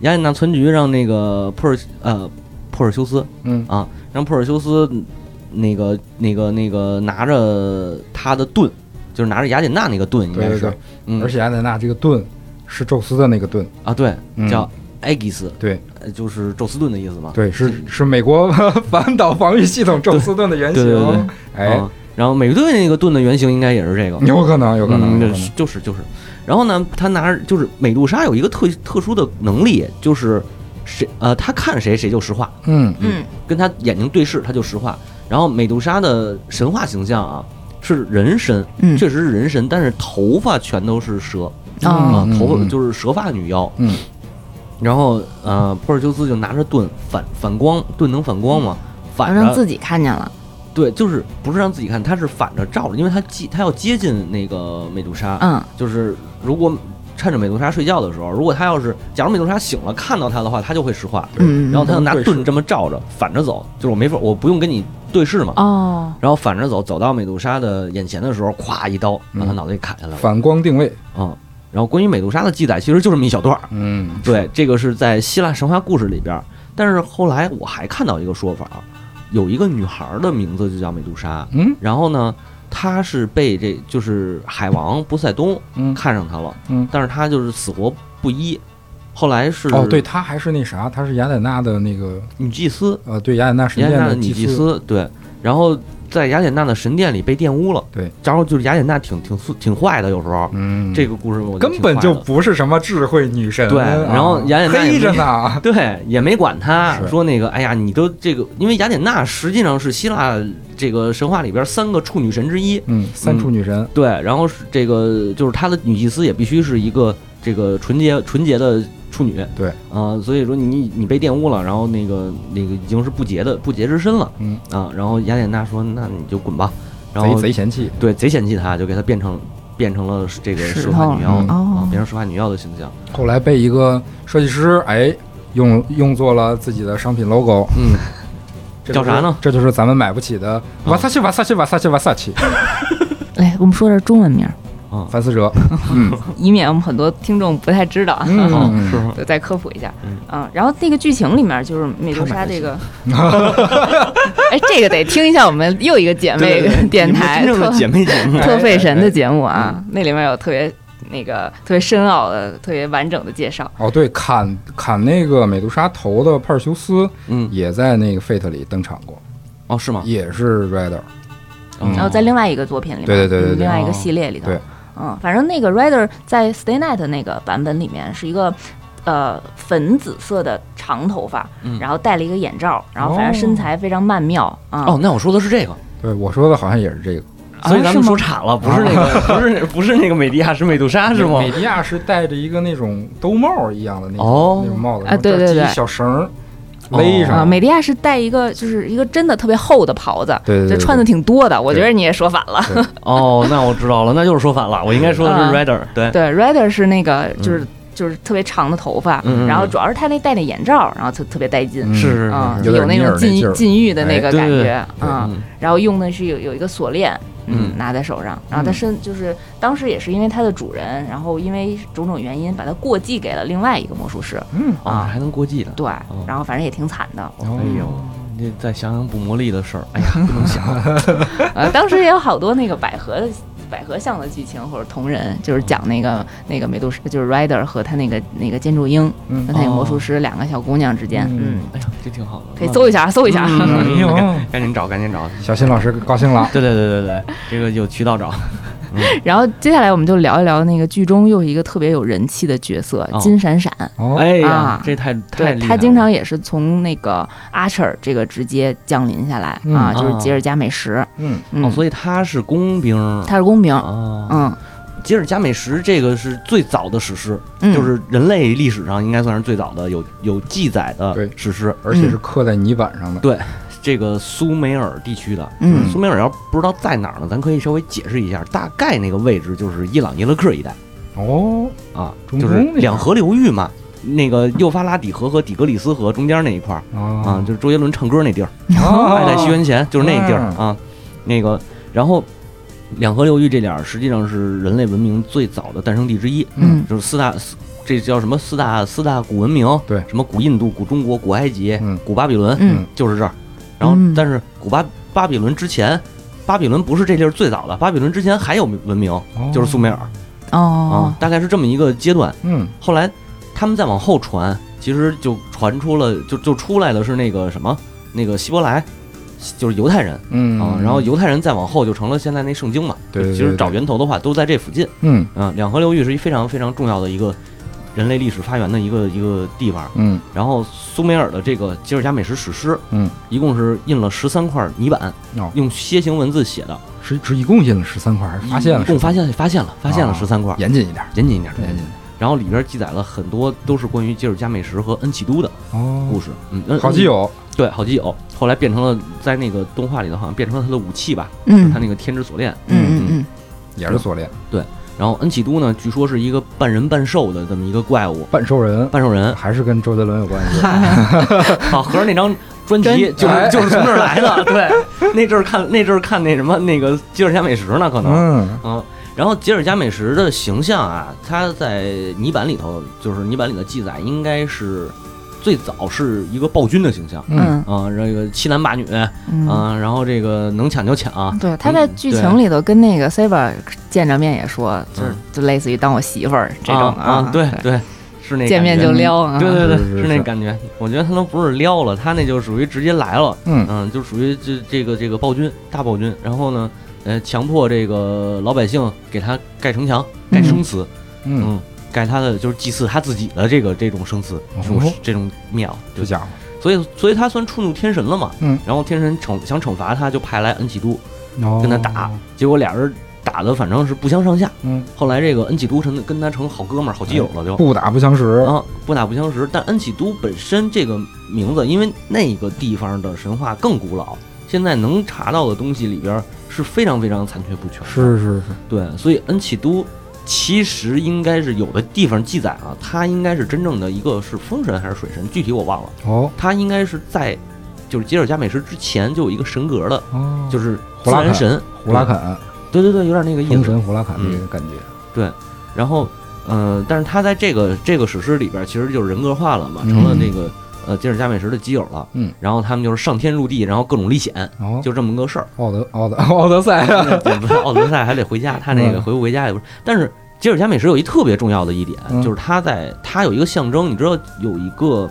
雅典娜村局让那个珀尔呃珀尔修斯
嗯，
啊，让珀尔修斯那个那个那个拿着他的盾，就是拿着雅典娜那个盾，应
对
该
对
是，
对，
嗯，
而且雅典娜这个盾是宙斯的那个盾，
啊对，
嗯
叫啊埃吉斯，
对
呃，就是宙斯盾的意思嘛，
对，是是美国 反导防御系统宙斯盾的原
对对对
型，哎，
啊，然后美队那个盾的原型应该也是这个，
有可能，有可能，
嗯
有
就
可
是
能，
就是就是，然后呢，他拿着就是美杜莎有一个特特殊的能力，就是谁呃，他看谁谁就石化，
嗯，
嗯，
跟他眼睛对视他就石化。然后美杜莎的神话形象啊是人身，
嗯
确实是人身，但是头发全都是蛇
啊
啊、
嗯
头发
嗯
就是蛇发女妖。
嗯，
然后呃，珀尔修斯就拿着盾反反光，盾能反光嘛，
然
反
后让
着
自己看见了，
对，就是不是让自己看，他是反着照着，因为他接他要接近那个美杜莎，
嗯，
就是如果趁着美杜莎睡觉的时候，如果他要是假如美杜莎醒了看到他的话，他就会石化，
嗯嗯嗯
然后他就拿
对视
盾这么照着反着走，就是我没法，我不用跟你对视嘛，
哦，
然后反着走，走到美杜莎的眼前的时候，咵一刀
嗯
把他脑袋给砍下来了，
反光定位，
嗯。然后关于美杜莎的记载其实就这么一小段儿，
嗯，
对，这个是在希腊神话故事里边儿。但是后来我还看到一个说法啊，有一个女孩儿的名字就叫美杜莎，
嗯
然后呢，她是被这就是海王波塞冬
嗯，
看上他了，
嗯
但是他就是死活不依。后来是
哦，对，她还是那啥，她是雅典娜的那个，
女祭司，
呃，对，雅典娜神
雅典
殿
娜的女
祭
祭，司，对，然后在雅典娜的神殿里被玷污了，
对，
然后就是雅典娜挺挺挺坏的，有时候、
嗯，
这个故事我觉得
根本
挺
就
坏的
不是什么智慧女神，
对
啊
然后雅典娜也
黑着
没
呢，啊
对，也没管他
是
说那个，哎呀，你都这个，因为雅典娜实际上是希腊这个神话里边三个处女神之一，
嗯，三处女神，
对，然后是这个就是她的女祭司也必须是一个这个纯洁纯洁的处女，
对
啊、所以说你你被玷污了，然后那个那个已经是不洁的不洁之身了，
嗯
啊，然后雅典娜说那你就滚吧，然
贼
后
贼嫌弃，
对贼嫌弃她，就给她变成变成了这个
石
石化
头
女妖
嗯
啊
哦，
变成石化女妖的形象，
后来被一个设计师哎用用作了自己的商品 logo，
嗯，
这
叫
就是
啥呢？啊
这就是咱们买不起的瓦萨奇瓦萨奇瓦萨奇瓦萨奇
来，我们说说中文名儿，
啊
范思哲，
以免我们很多听众不太知道。
嗯
哦，是吗？
就再科普一下，
嗯
嗯，然后那个剧情里面就是美杜
他
莎
买得
这个， 哎，这个得听一下我们又一个姐妹
对对 对
电
你们
台
真正的
特
姐妹节目， 哎
特费神的节目啊，那里面有特别那个特别深奥的、特别完整的介绍。
哦对，砍砍那个美杜莎头的帕尔修斯
嗯，
也在那个 Fate 里登场过，
哦，是吗？哦
也是 Rider，嗯
然后在另外一个作品里面，
对对对
嗯
对对
另外一个系列里头
对，
嗯，反正那个 Rider 在 Stay Night 那个版本里面是一个。呃，粉紫色的长头发，
嗯
然后戴了一个眼罩，然后反正
哦
身材非常曼妙啊。
哦，那我说的是这个，
对我说的好像也是这个，
啊
所以咱们
是吗
说岔了，不是那个，不是那不是那个美迪亚，是啊美杜啊莎是吗
美？迪亚是戴着一个那种兜帽一样的那种、
哦
那种帽子，
啊对对
然后这儿系
对
一小绳儿勒
啊，
上。
美迪亚是戴一个就是一个真的特别厚的袍子，
对对对对
就穿的挺多的。我觉
对
得你也说反了。
哦，那我知道了，那就是说反了，我应该说的是
啊
Rider，对，
对，Rider 是那个就是、就是特别长的头发，
嗯嗯
然后主要是他那戴那眼罩，然后特特别带劲。
嗯
是是
啊，
有
有
点
那
尼尔
种
那
禁
劲儿
禁欲的那
哎
个
对
感
对对
觉啊，
嗯
然后用的是有有一个锁链，
嗯
拿在手上。然后它身就是当时也是因为它的主人，然后因为种种原因把它过继给了另外一个魔术师。
嗯，
啊
哦，还能过继的。
对，然后反正也挺惨的。
哦
哎呦，
嗯
你再想想捕魔力的事儿， 哎呀，不能想。
呃，当时也有好多那个百合百合像的剧情或者同人，就是讲那个那个美杜莎，就是 Rider 和他那个那个建筑鹰
嗯
和那个魔术师两个小姑娘之间，
嗯
嗯，
哎呀，这挺好的，
可以搜一下，搜一下。
哎
嗯
呦，
哎
赶紧找，赶紧找。
呦小新老师高兴了，
对对对对对，这个有渠道找。
然后接下来我们就聊一聊那个剧中又一个特别有人气的角色
哦
金闪闪，
哦，
哎呀
啊，
这太太
对
厉害
他
了哦
经常也是从那个阿彻尔这个直接降临下来
嗯
啊，就是
啊
吉尔加美什，
嗯，
哦，
嗯，
所以他是工兵
他是公平，
哦。
嗯
吉尔加美什这个是最早的史诗，
嗯，
就是人类历史上应该算是最早的有有记载的
对
史诗。
而且是刻在泥板上的，
这个苏美尔地区的，
嗯
苏美尔要不知道在哪儿呢，咱可以稍微解释一下，大概那个位置就是伊朗耶勒克一带
哦，
啊，
中
就
东
是
那边
两河流域嘛，那个幼发拉底河和底格里斯河中间那一块儿啊，就是周杰伦唱歌那地儿，
嗯哦
爱在西元前就是那地儿
嗯
啊，那个然后两河流域这点儿实际上是人类文明最早的诞生地之一，
嗯
就是四大四这叫什么四大四大古文明，
对
什么古印度、古中国、古埃及、
嗯
古巴比伦，
嗯
就是这儿。然后，
嗯
但是古巴巴比伦之前，巴比伦不是这地儿最早的，巴比伦之前还有文明，
哦
嗯就是苏美尔、
哦
啊，，大概是这么一个阶段。
嗯，
后来他们再往后传，其实就传出了，就就出来的是那个什么，那个希伯来，就是犹太人
嗯
啊。然后犹太人再往后就成了现在那圣经嘛。
对对对
其实找源头的话，都在这附近。
嗯
嗯，两河流域是一非常非常重要的一个人类历史发源的一个一个地方。
嗯
然后苏美尔的这个《吉尔加美什史诗》，
嗯，
一共是印了十三块泥板，
哦
用楔形文字写的，
是是一共印了十三块，还是发现了
一共
13块
发现发现了发现了
啊
十三块，
严谨一点，
严谨一点，
严谨一点
然后里边记载了很多都是关于吉尔加美什和恩启都的故
哦，
事，嗯，恩
好基，友，
对，好基友，后来变成了在那个动画里头好像变成了他的武器吧，
嗯
他那个天之锁链。
嗯嗯嗯，
也是锁链，
然后恩启都呢，据说是一个半人半兽的这么一个怪物，
半兽人，
半兽人，
还是跟周杰伦有关系，
啊，合着那张专辑
专
就是
哎
就是从这儿来 的。对，那阵儿看那阵儿看那什么那个吉尔加美什呢，可能。
嗯
嗯，然后吉尔加美什的形象啊，它在泥板里头，就是泥板里的记载，应该是最早是一个暴君的形象
嗯，
啊，这个欺男霸女
嗯嗯。
啊，然后这个能抢就抢，
对，他在
嗯
剧
对
情里头跟那个 Saber 见着面也说，就是
嗯
就类似于当我媳妇儿这种
啊啊，对对，是那
见面
感觉嗯
就撩啊，
哎
对对对，
是是
那
是
感觉。我觉得他都不是撩了，他那就属于直接来了。
嗯
就属于这这个这个暴君大暴君。然后呢，呃，强迫这个老百姓给他盖城墙、盖生祠，
嗯，
嗯，盖他的就是祭祀他自己的这个这种生祠，这种、
哦
这种庙。
这
对，
家伙，
所以所以他算触怒天神了嘛。
嗯，
然后天神惩想惩罚他，就派来恩启都，跟
跟
他打，结果俩人打的反正是不相上下。
嗯，
后来这个恩启都成跟他成好哥们儿、好基友了，就。
不打不相识，
啊，不打不相识。但恩启都本身这个名字，因为那个地方的神话更古老，现在能查到的东西里边儿是非常非常残缺不全的。
是是是，
对，所以恩启都其实应该是有的地方记载啊，它应该是真正的一个是风神还是水神，具体我忘了。
哦
它应该是在就是吉尔加美什之前就有一个神格的，
哦，
就是是
胡
自
拉
然
肯
神
胡拉，肯，
对对对，有点那个意
封
思。
神胡拉肯那个感觉，
然后，呃，但是他在这个这个史诗里边，其实就是人格化了嘛，成了那个、呃吉尔加美什的基友了。
嗯，
然后他们就是上天入地，然后各种历险，
哦，
就这么个事儿。
奥德奥德奥德赛，
对哦不是奥德赛还得回家，他那个
嗯
回不回家也不是。但是吉尔加美什有一特别重要的一点，
嗯
就是他在他有一个象征，你知道有一个。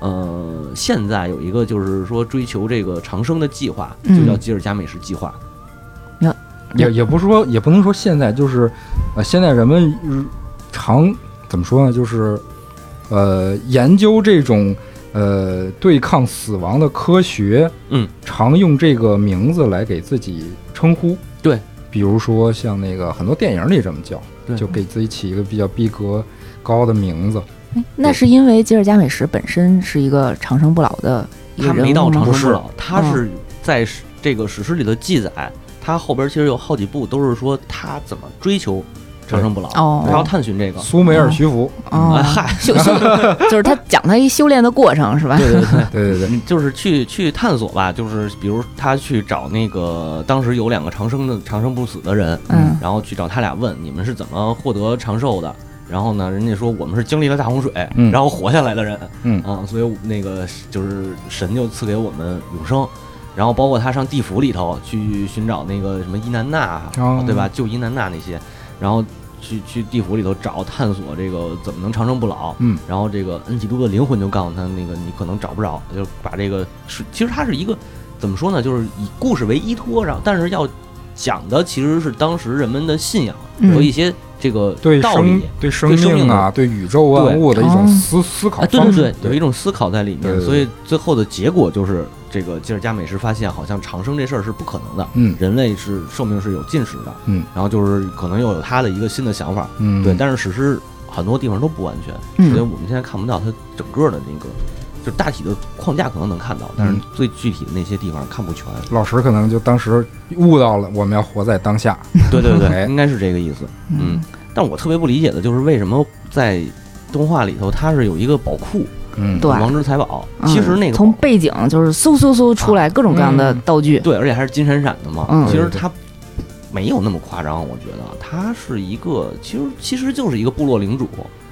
呃，现在有一个就是说追求这个长生的计划，就叫
嗯
吉尔加美什计划。
也也不是说，也不能说现在就是，呃，现在人们日常怎么说呢？就是，呃，研究这种呃对抗死亡的科学，
嗯，
常用这个名字来给自己称呼。
对，
比如说像那个很多电影里这么叫，
对
就给自己起一个比较逼格高的名字。
啊
哎那是因为吉尔加美什本身是一个长生不老的一
他
个人
没到
物吗
长
不
生不
是
老，他是在史这个史诗里的记载，他后边其实有好几部都是说他怎么追求长生不老，
哦
他要探寻这个。
苏美尔徐福，
哦
哎，嗨，
修修， 就是他讲他一修炼的过程是吧？
对对对，
对对对，
嗯就是去去探索吧，就是比如他去找那个当时有两个长生的长生不死的人，
嗯
然后去找他俩问你们是怎么获得长寿的。然后呢，人家说我们是经历了大洪水，
嗯
然后活下来的人，
嗯
啊，所以那个就是神就赐给我们永生。然后包括他上地府里头去寻找那个什么伊南娜，
哦
对吧？救伊南娜那些，然后去去地府里头找探索这个怎么能长生不老，
嗯，
然后这个恩基督的灵魂就告诉他，那个你可能找不着，就把这个是其实它是一个怎么说呢，就是以故事为依托，然后但是要讲的其实是当时人们的信仰
嗯
和一些这个
对
道理
生。对生命啊，对宇宙
对
万物的一种
哦
思思考
啊，对
方
对
式
对，，有一种思考在里面，
对对对
所以最后的结果就是，这个吉尔加美什发现，好像长生这事儿是不可能的，
嗯
人类是寿命是有进食的，
嗯，
然后就是可能又有他的一个新的想法，
嗯，
对，但是史诗很多地方都不完全，
嗯
所以我们现在看不到它整个的那个，就大体的框架可能能看到，但是最具体的那些地方看不全。
老石可能就当时悟到了我们要活在当下，
对对
哎
对， 应该是这个意思。嗯，但我特别不理解的就是为什么在动画里头它是有一个宝库，
嗯，
对
王之财宝，
嗯
其实那个
从
宝
背景就是嗖嗖嗖出来各种各样的
嗯
道具，
对，而且还是金闪闪的嘛，
嗯
其实
对对
它。没有那么夸张，我觉得它是一个，其实其实就是一个部落领主，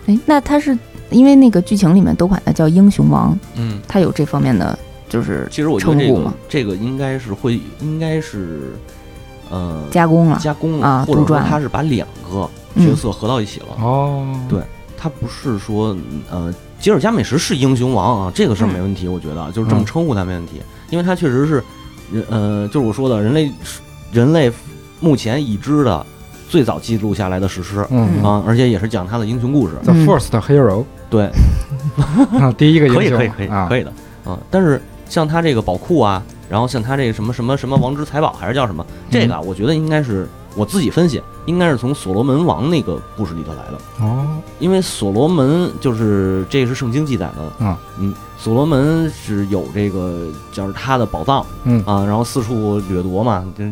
哎，那他是因为那个剧情里面都管他叫英雄王，
嗯，
他有这方面的就是
其实我觉得这
称呼
个
嘛
这个应该是会，应该是，呃，
加工了。嗯
加工
啊
或者
杜
说
撰
他是把两个角色合到一起了。
哦，
对他不是说呃，吉尔加美什是英雄王啊，这个事
嗯
儿没问题，我觉得就是这么称呼他没问题，因为他确实是，呃，就是我说的人类人类目前已知的最早记录下来的史诗
嗯
啊，而且也是讲他的英雄故事。
，The
嗯
First Hero，
对，
啊 第一个英
嗯
雄，
可以可以可以
啊
可以的啊，但是像他这个宝库啊，然后像他这个什么什么什么王之财宝还是叫什么这个啊，我觉得应该是我自己分析，应该是从所罗门王那个故事里头来的。
哦，
因为所罗门就是这是圣经记载的，
啊
嗯，所罗门是有这个就是他的宝藏，
嗯
啊，然后四处掠夺嘛，这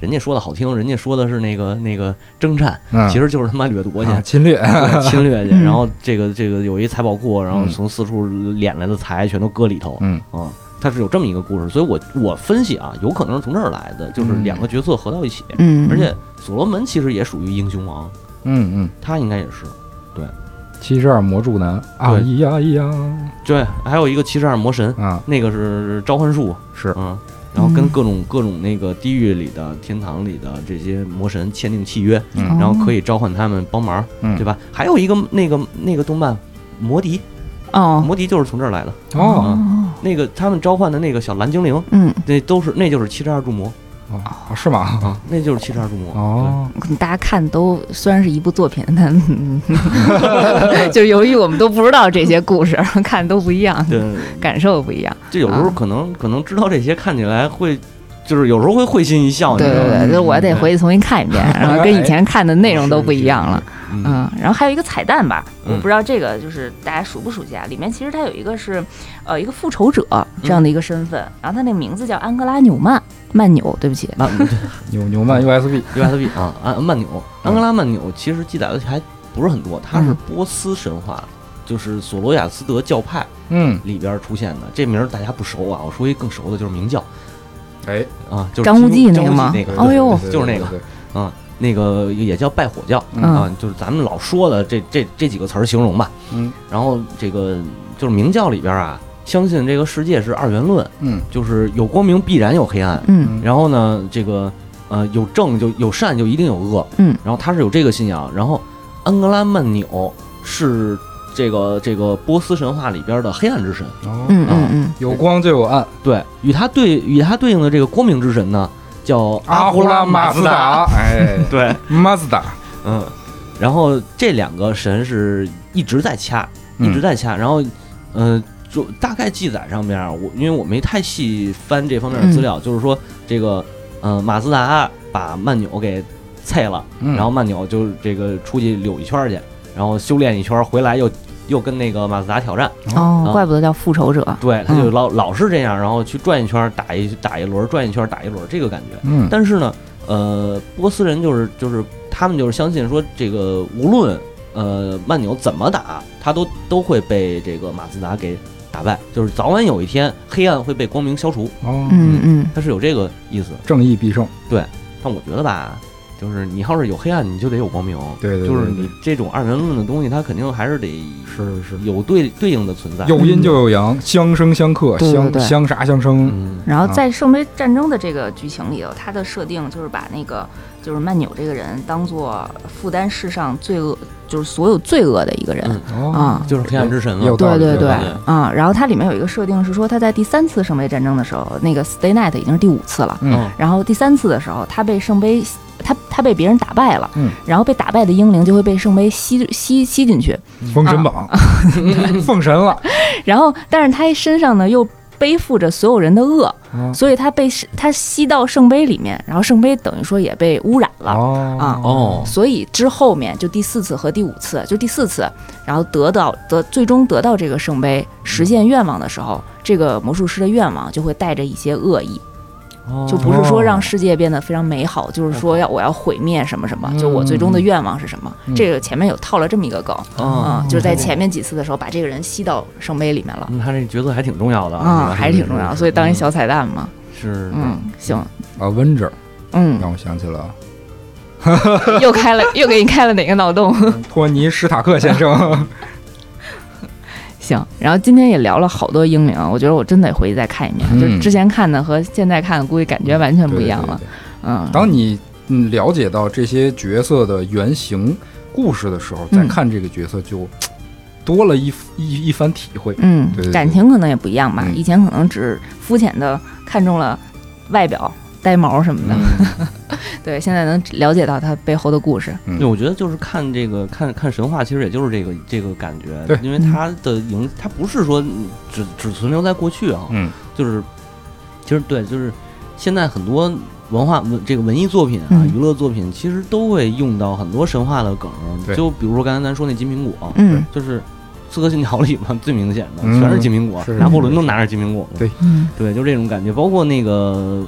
人家说的好听，人家说的是那个那个征战，
嗯，
其实就是他妈掠夺去，
啊 侵略，
对侵略去，
嗯
然后这个这个有一财宝库，然后
嗯
从四处敛来的财全都搁里头，
嗯
啊，它是有这么一个故事，所以我我分析啊，有可能是从这儿来的，就是
嗯
两个角色合到一起，
嗯，
而且所罗门其实也属于英雄王，
嗯嗯，
他应该也是。
七十二魔柱男，啊
对
咿呀咿呀，
对，还有一个七十二魔神，
啊，
那个是召唤术，
是
嗯，然后跟
嗯
各种各种那个地狱里的、天堂里的这些魔神签订契约，
嗯
然后可以召唤他们帮忙，
嗯
对吧？还有一个那个那个动漫《魔笛》，
哦
魔笛就是从这儿来的。
哦
哦，
那个他们召唤的那个小蓝精灵，
嗯，
那都是那就是七十二柱魔
哦，是吗？
啊，那就是七十二柱魔。
哦，
可能大家看都虽然是一部作品， 但 嗯就是由于我们都不知道这些故事，看都不一样，
对，对，
感受不一样。
这有时候可能可能知道这些，看起来会就是有时候会会心一笑，你
对
知道
对
吗？
对，就是我得回去重新看一遍，然后跟以前看的内容都不一样 了。
嗯
嗯，然
然后还有一个彩蛋吧，我
嗯
不知道这个就是大家熟不熟悉啊？里面其实它有一个是，呃，一个复仇者
嗯
这样的一个身份，然后他那个名字叫安哥拉纽曼曼纽，对不起，
那
纽纽曼 USB，
USB 啊，安曼纽，安哥拉曼纽其实记载的还不是很多，它是波斯神话，就是索罗亚斯德教派
嗯，
里边出现的。这名儿大家不熟啊，我说一更熟的就是明教
哎，
啊，就是
张无忌
张
那个吗
那个，
哦呦
对
就是那个，
对对对
啊，那个也叫拜火教
嗯
啊，就是咱们老说的这这这几个词儿形容吧。
嗯，
然后这个就是明教里边啊，相信这个世界是二元论，
嗯哦
就是有光明必然有黑暗。
嗯
然后呢，这个呃有正就有善就一定有恶，
嗯，
然后他是有这个信仰，然后安格拉曼纽是这个这个波斯神话里边的黑暗之神，
哦，
嗯嗯嗯，
有光就有暗，
对，与他对与他对应的这个光明之神呢叫
阿
胡
胡拉
马
马
自
自达，哎，
对，
马自达，
嗯，然后这两个神是一直在掐，
嗯
一直在掐，然后，呃，就大概记载上面啊，我因为我没太细翻这方
嗯
面的资料，就是说这个，呃，马自达把曼纽给菜了，
嗯
然后曼纽就这个出去溜一圈儿去，然后修炼一圈儿回来又又跟那个马自达挑
嗯
战，
哦
啊，
怪不得叫复仇者。
对，他就老、老是这样，然后去转一圈儿打一打一轮儿，转一圈儿打一轮儿这个感觉，
嗯，
但是呢，呃，波斯人就是就是他们就是相信说，这个无论呃曼纽怎么打，他都都会被这个马自达给打败，就是早晚有一天黑暗会被光明消除，
哦，
嗯嗯，
他是有这个意思。
正义必胜，
但我觉得吧，就是你要是有黑暗，你就得有光明，
对对，
就是你这种二元论的东西，它肯定还是得
是是
有对对应的存在。
有阴就有阳，相生相克，
对对
相
对
相杀相生，
嗯，
然后
啊
在圣杯战争的这个剧情里头，它的设定就是把那个就是曼纽这个人当做负担世上罪恶，就是所有罪恶的一个人
嗯
哦，
啊
就是黑暗之神
有
了。
道理，
对对
有道理
对
啊。然后它里面有一个设定是说，他在第三次圣杯战争的时候，那个 Stay Night 已经是第五次了，
嗯，
然后第三次的时候，他被圣杯，他他被别人打败了，
嗯
然后被打败的英灵就会被圣杯吸吸吸进去，
封神榜，
啊
封神了，
然后但是他身上呢又背负着所有人的恶，
哦
所以他被他吸到圣杯里面，然后圣杯等于说也被污染了。 啊
哦，
所以之后面就第四次和第五次，就第四次，然后得到得最终得到这个圣杯，实现愿望的时候，这个魔术师的愿望就会带着一些恶意，
哦
就不是说让世界变得非常美好，就是说要我要毁灭什么什么，就我最终的愿望是什么。
嗯
这个前面有套了这么一个梗
哦，
啊、就是在前面几次的时候把这个人吸到圣杯里面了。
嗯他这角色还挺重要的
啊、还是挺重要的，所以当一
嗯
小彩蛋嘛。
是
嗯，行，
啊，温这儿
嗯，
让我想起了
又开了，又给你开了哪个脑洞？
托尼史塔克先生，
行，然后今天也聊了好多英灵，啊我觉得我真得回去再看一遍。
嗯
就是之前看的和现在看的，估计感觉完全不一样了
对。对对对
嗯，
当你嗯了解到这些角色的原型故事的时候，再
嗯
看这个角色就多了一一一番体会，
嗯
对对对，
感情可能也不一样吧。
嗯
以前可能只肤浅的看中了外表、呆毛什么的，
嗯
对，现在能了解到他背后的故事。
嗯
对，我觉得就是看这个看看神话，其实也就是这个这个感觉，
对嗯
因为它的影，它不是说只只存留在过去啊，
嗯，
就是其实对，就是现在很多文化文这个文艺作品啊、
嗯
娱乐作品，其实都会用到很多神话的梗儿，
对
就比如说刚才咱说那金苹果，
嗯
就是《刺客信条》里嘛，最明显的
嗯
全是金苹果，
是
拿破仑都拿着金苹果，
对
嗯
对，就这种感觉。包括那个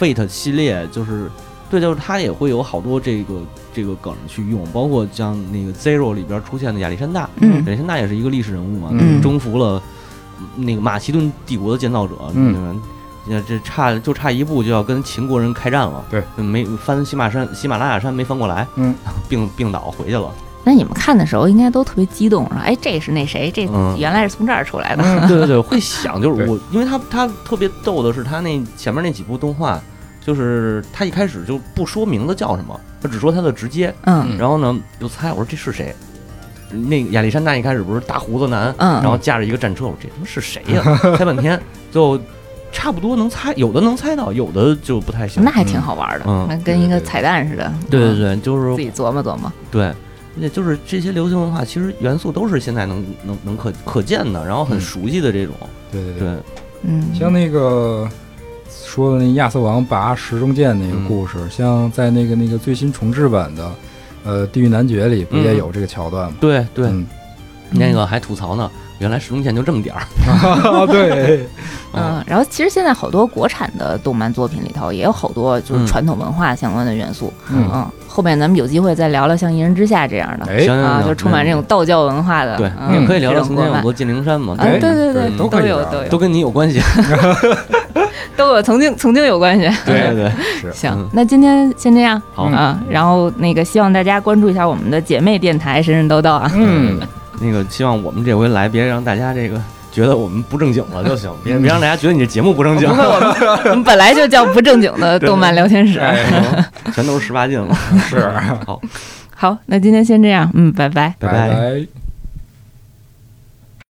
Fate 系列，就是对，就是它也会有好多这个这个梗去用，包括像那个 Zero 里边出现的亚历山大，
嗯
亚历山大也是一个历史人物嘛，
嗯
征服了那个马其顿帝国的建造者，
嗯
对吧？那这差就差一步就要跟秦国人开战了，
对，
没翻喜马山喜马拉雅山没翻过来，
嗯，
病病倒回去了，
那你们看的时候应该都特别激动，说：“哎，这是那谁？这
嗯
原来是从这儿出来
嗯
的。
对对对，会想就是
对
我，因为他他特别逗的是，他那前面那几部动画，就是他一开始就不说名字叫什么，他只说他的直接，”
嗯
嗯
然后呢就猜我说这是谁。那个亚历山大一开始不是大胡子男，
嗯，
然后驾着一个战车，我说这他妈是谁呀、 猜半天，就差不多能猜，有的能猜到，有的就不太行
那。还挺好玩的，
嗯
那跟一个彩蛋似的。
对对
嗯，
对，就是
自己琢磨琢磨。
对，而且就是这些流行文化，其实元素都是现在能能能可可见的，然后很
嗯
熟悉的这种。
对对对。
对，
嗯，
像那个说的那亚瑟王拔石中剑那个故事，
嗯
像在那个那个最新重制版的呃《地狱男爵》里，不也有这个桥段吗？
对对，
嗯，
那个还吐槽呢，原来石中剑就这么点儿。
对，
嗯，然后其实现在好多国产的动漫作品里头也有好多就是
嗯
传统文化相关的元素。
嗯，
嗯，后面咱们有机会再聊聊像《一人之下》这样的
哎，
行
啊，
行
就充满这种道教文化的。
嗯对，
嗯
你也可以聊聊
这种
从
国
前有
漫
很多剑灵山嘛，
啊，
哎
对对对，
嗯
都可以
有
聊
都有
都跟你有关系。
都有曾经曾经有关系。
对对，
行
嗯，
那今天先这样
好，
啊，然后那个希望大家关注一下我们的姐妹电台神神叨叨啊。
嗯，
那个希望我们这回来别让大家这个觉得我们不正经了就行，别别让大家觉得你这节目不正经，
我们本来就叫不正经的动漫聊天室。
哎，
全都是十八禁了。
是，
好，
好，那今天先这样，嗯，拜拜。
拜
拜。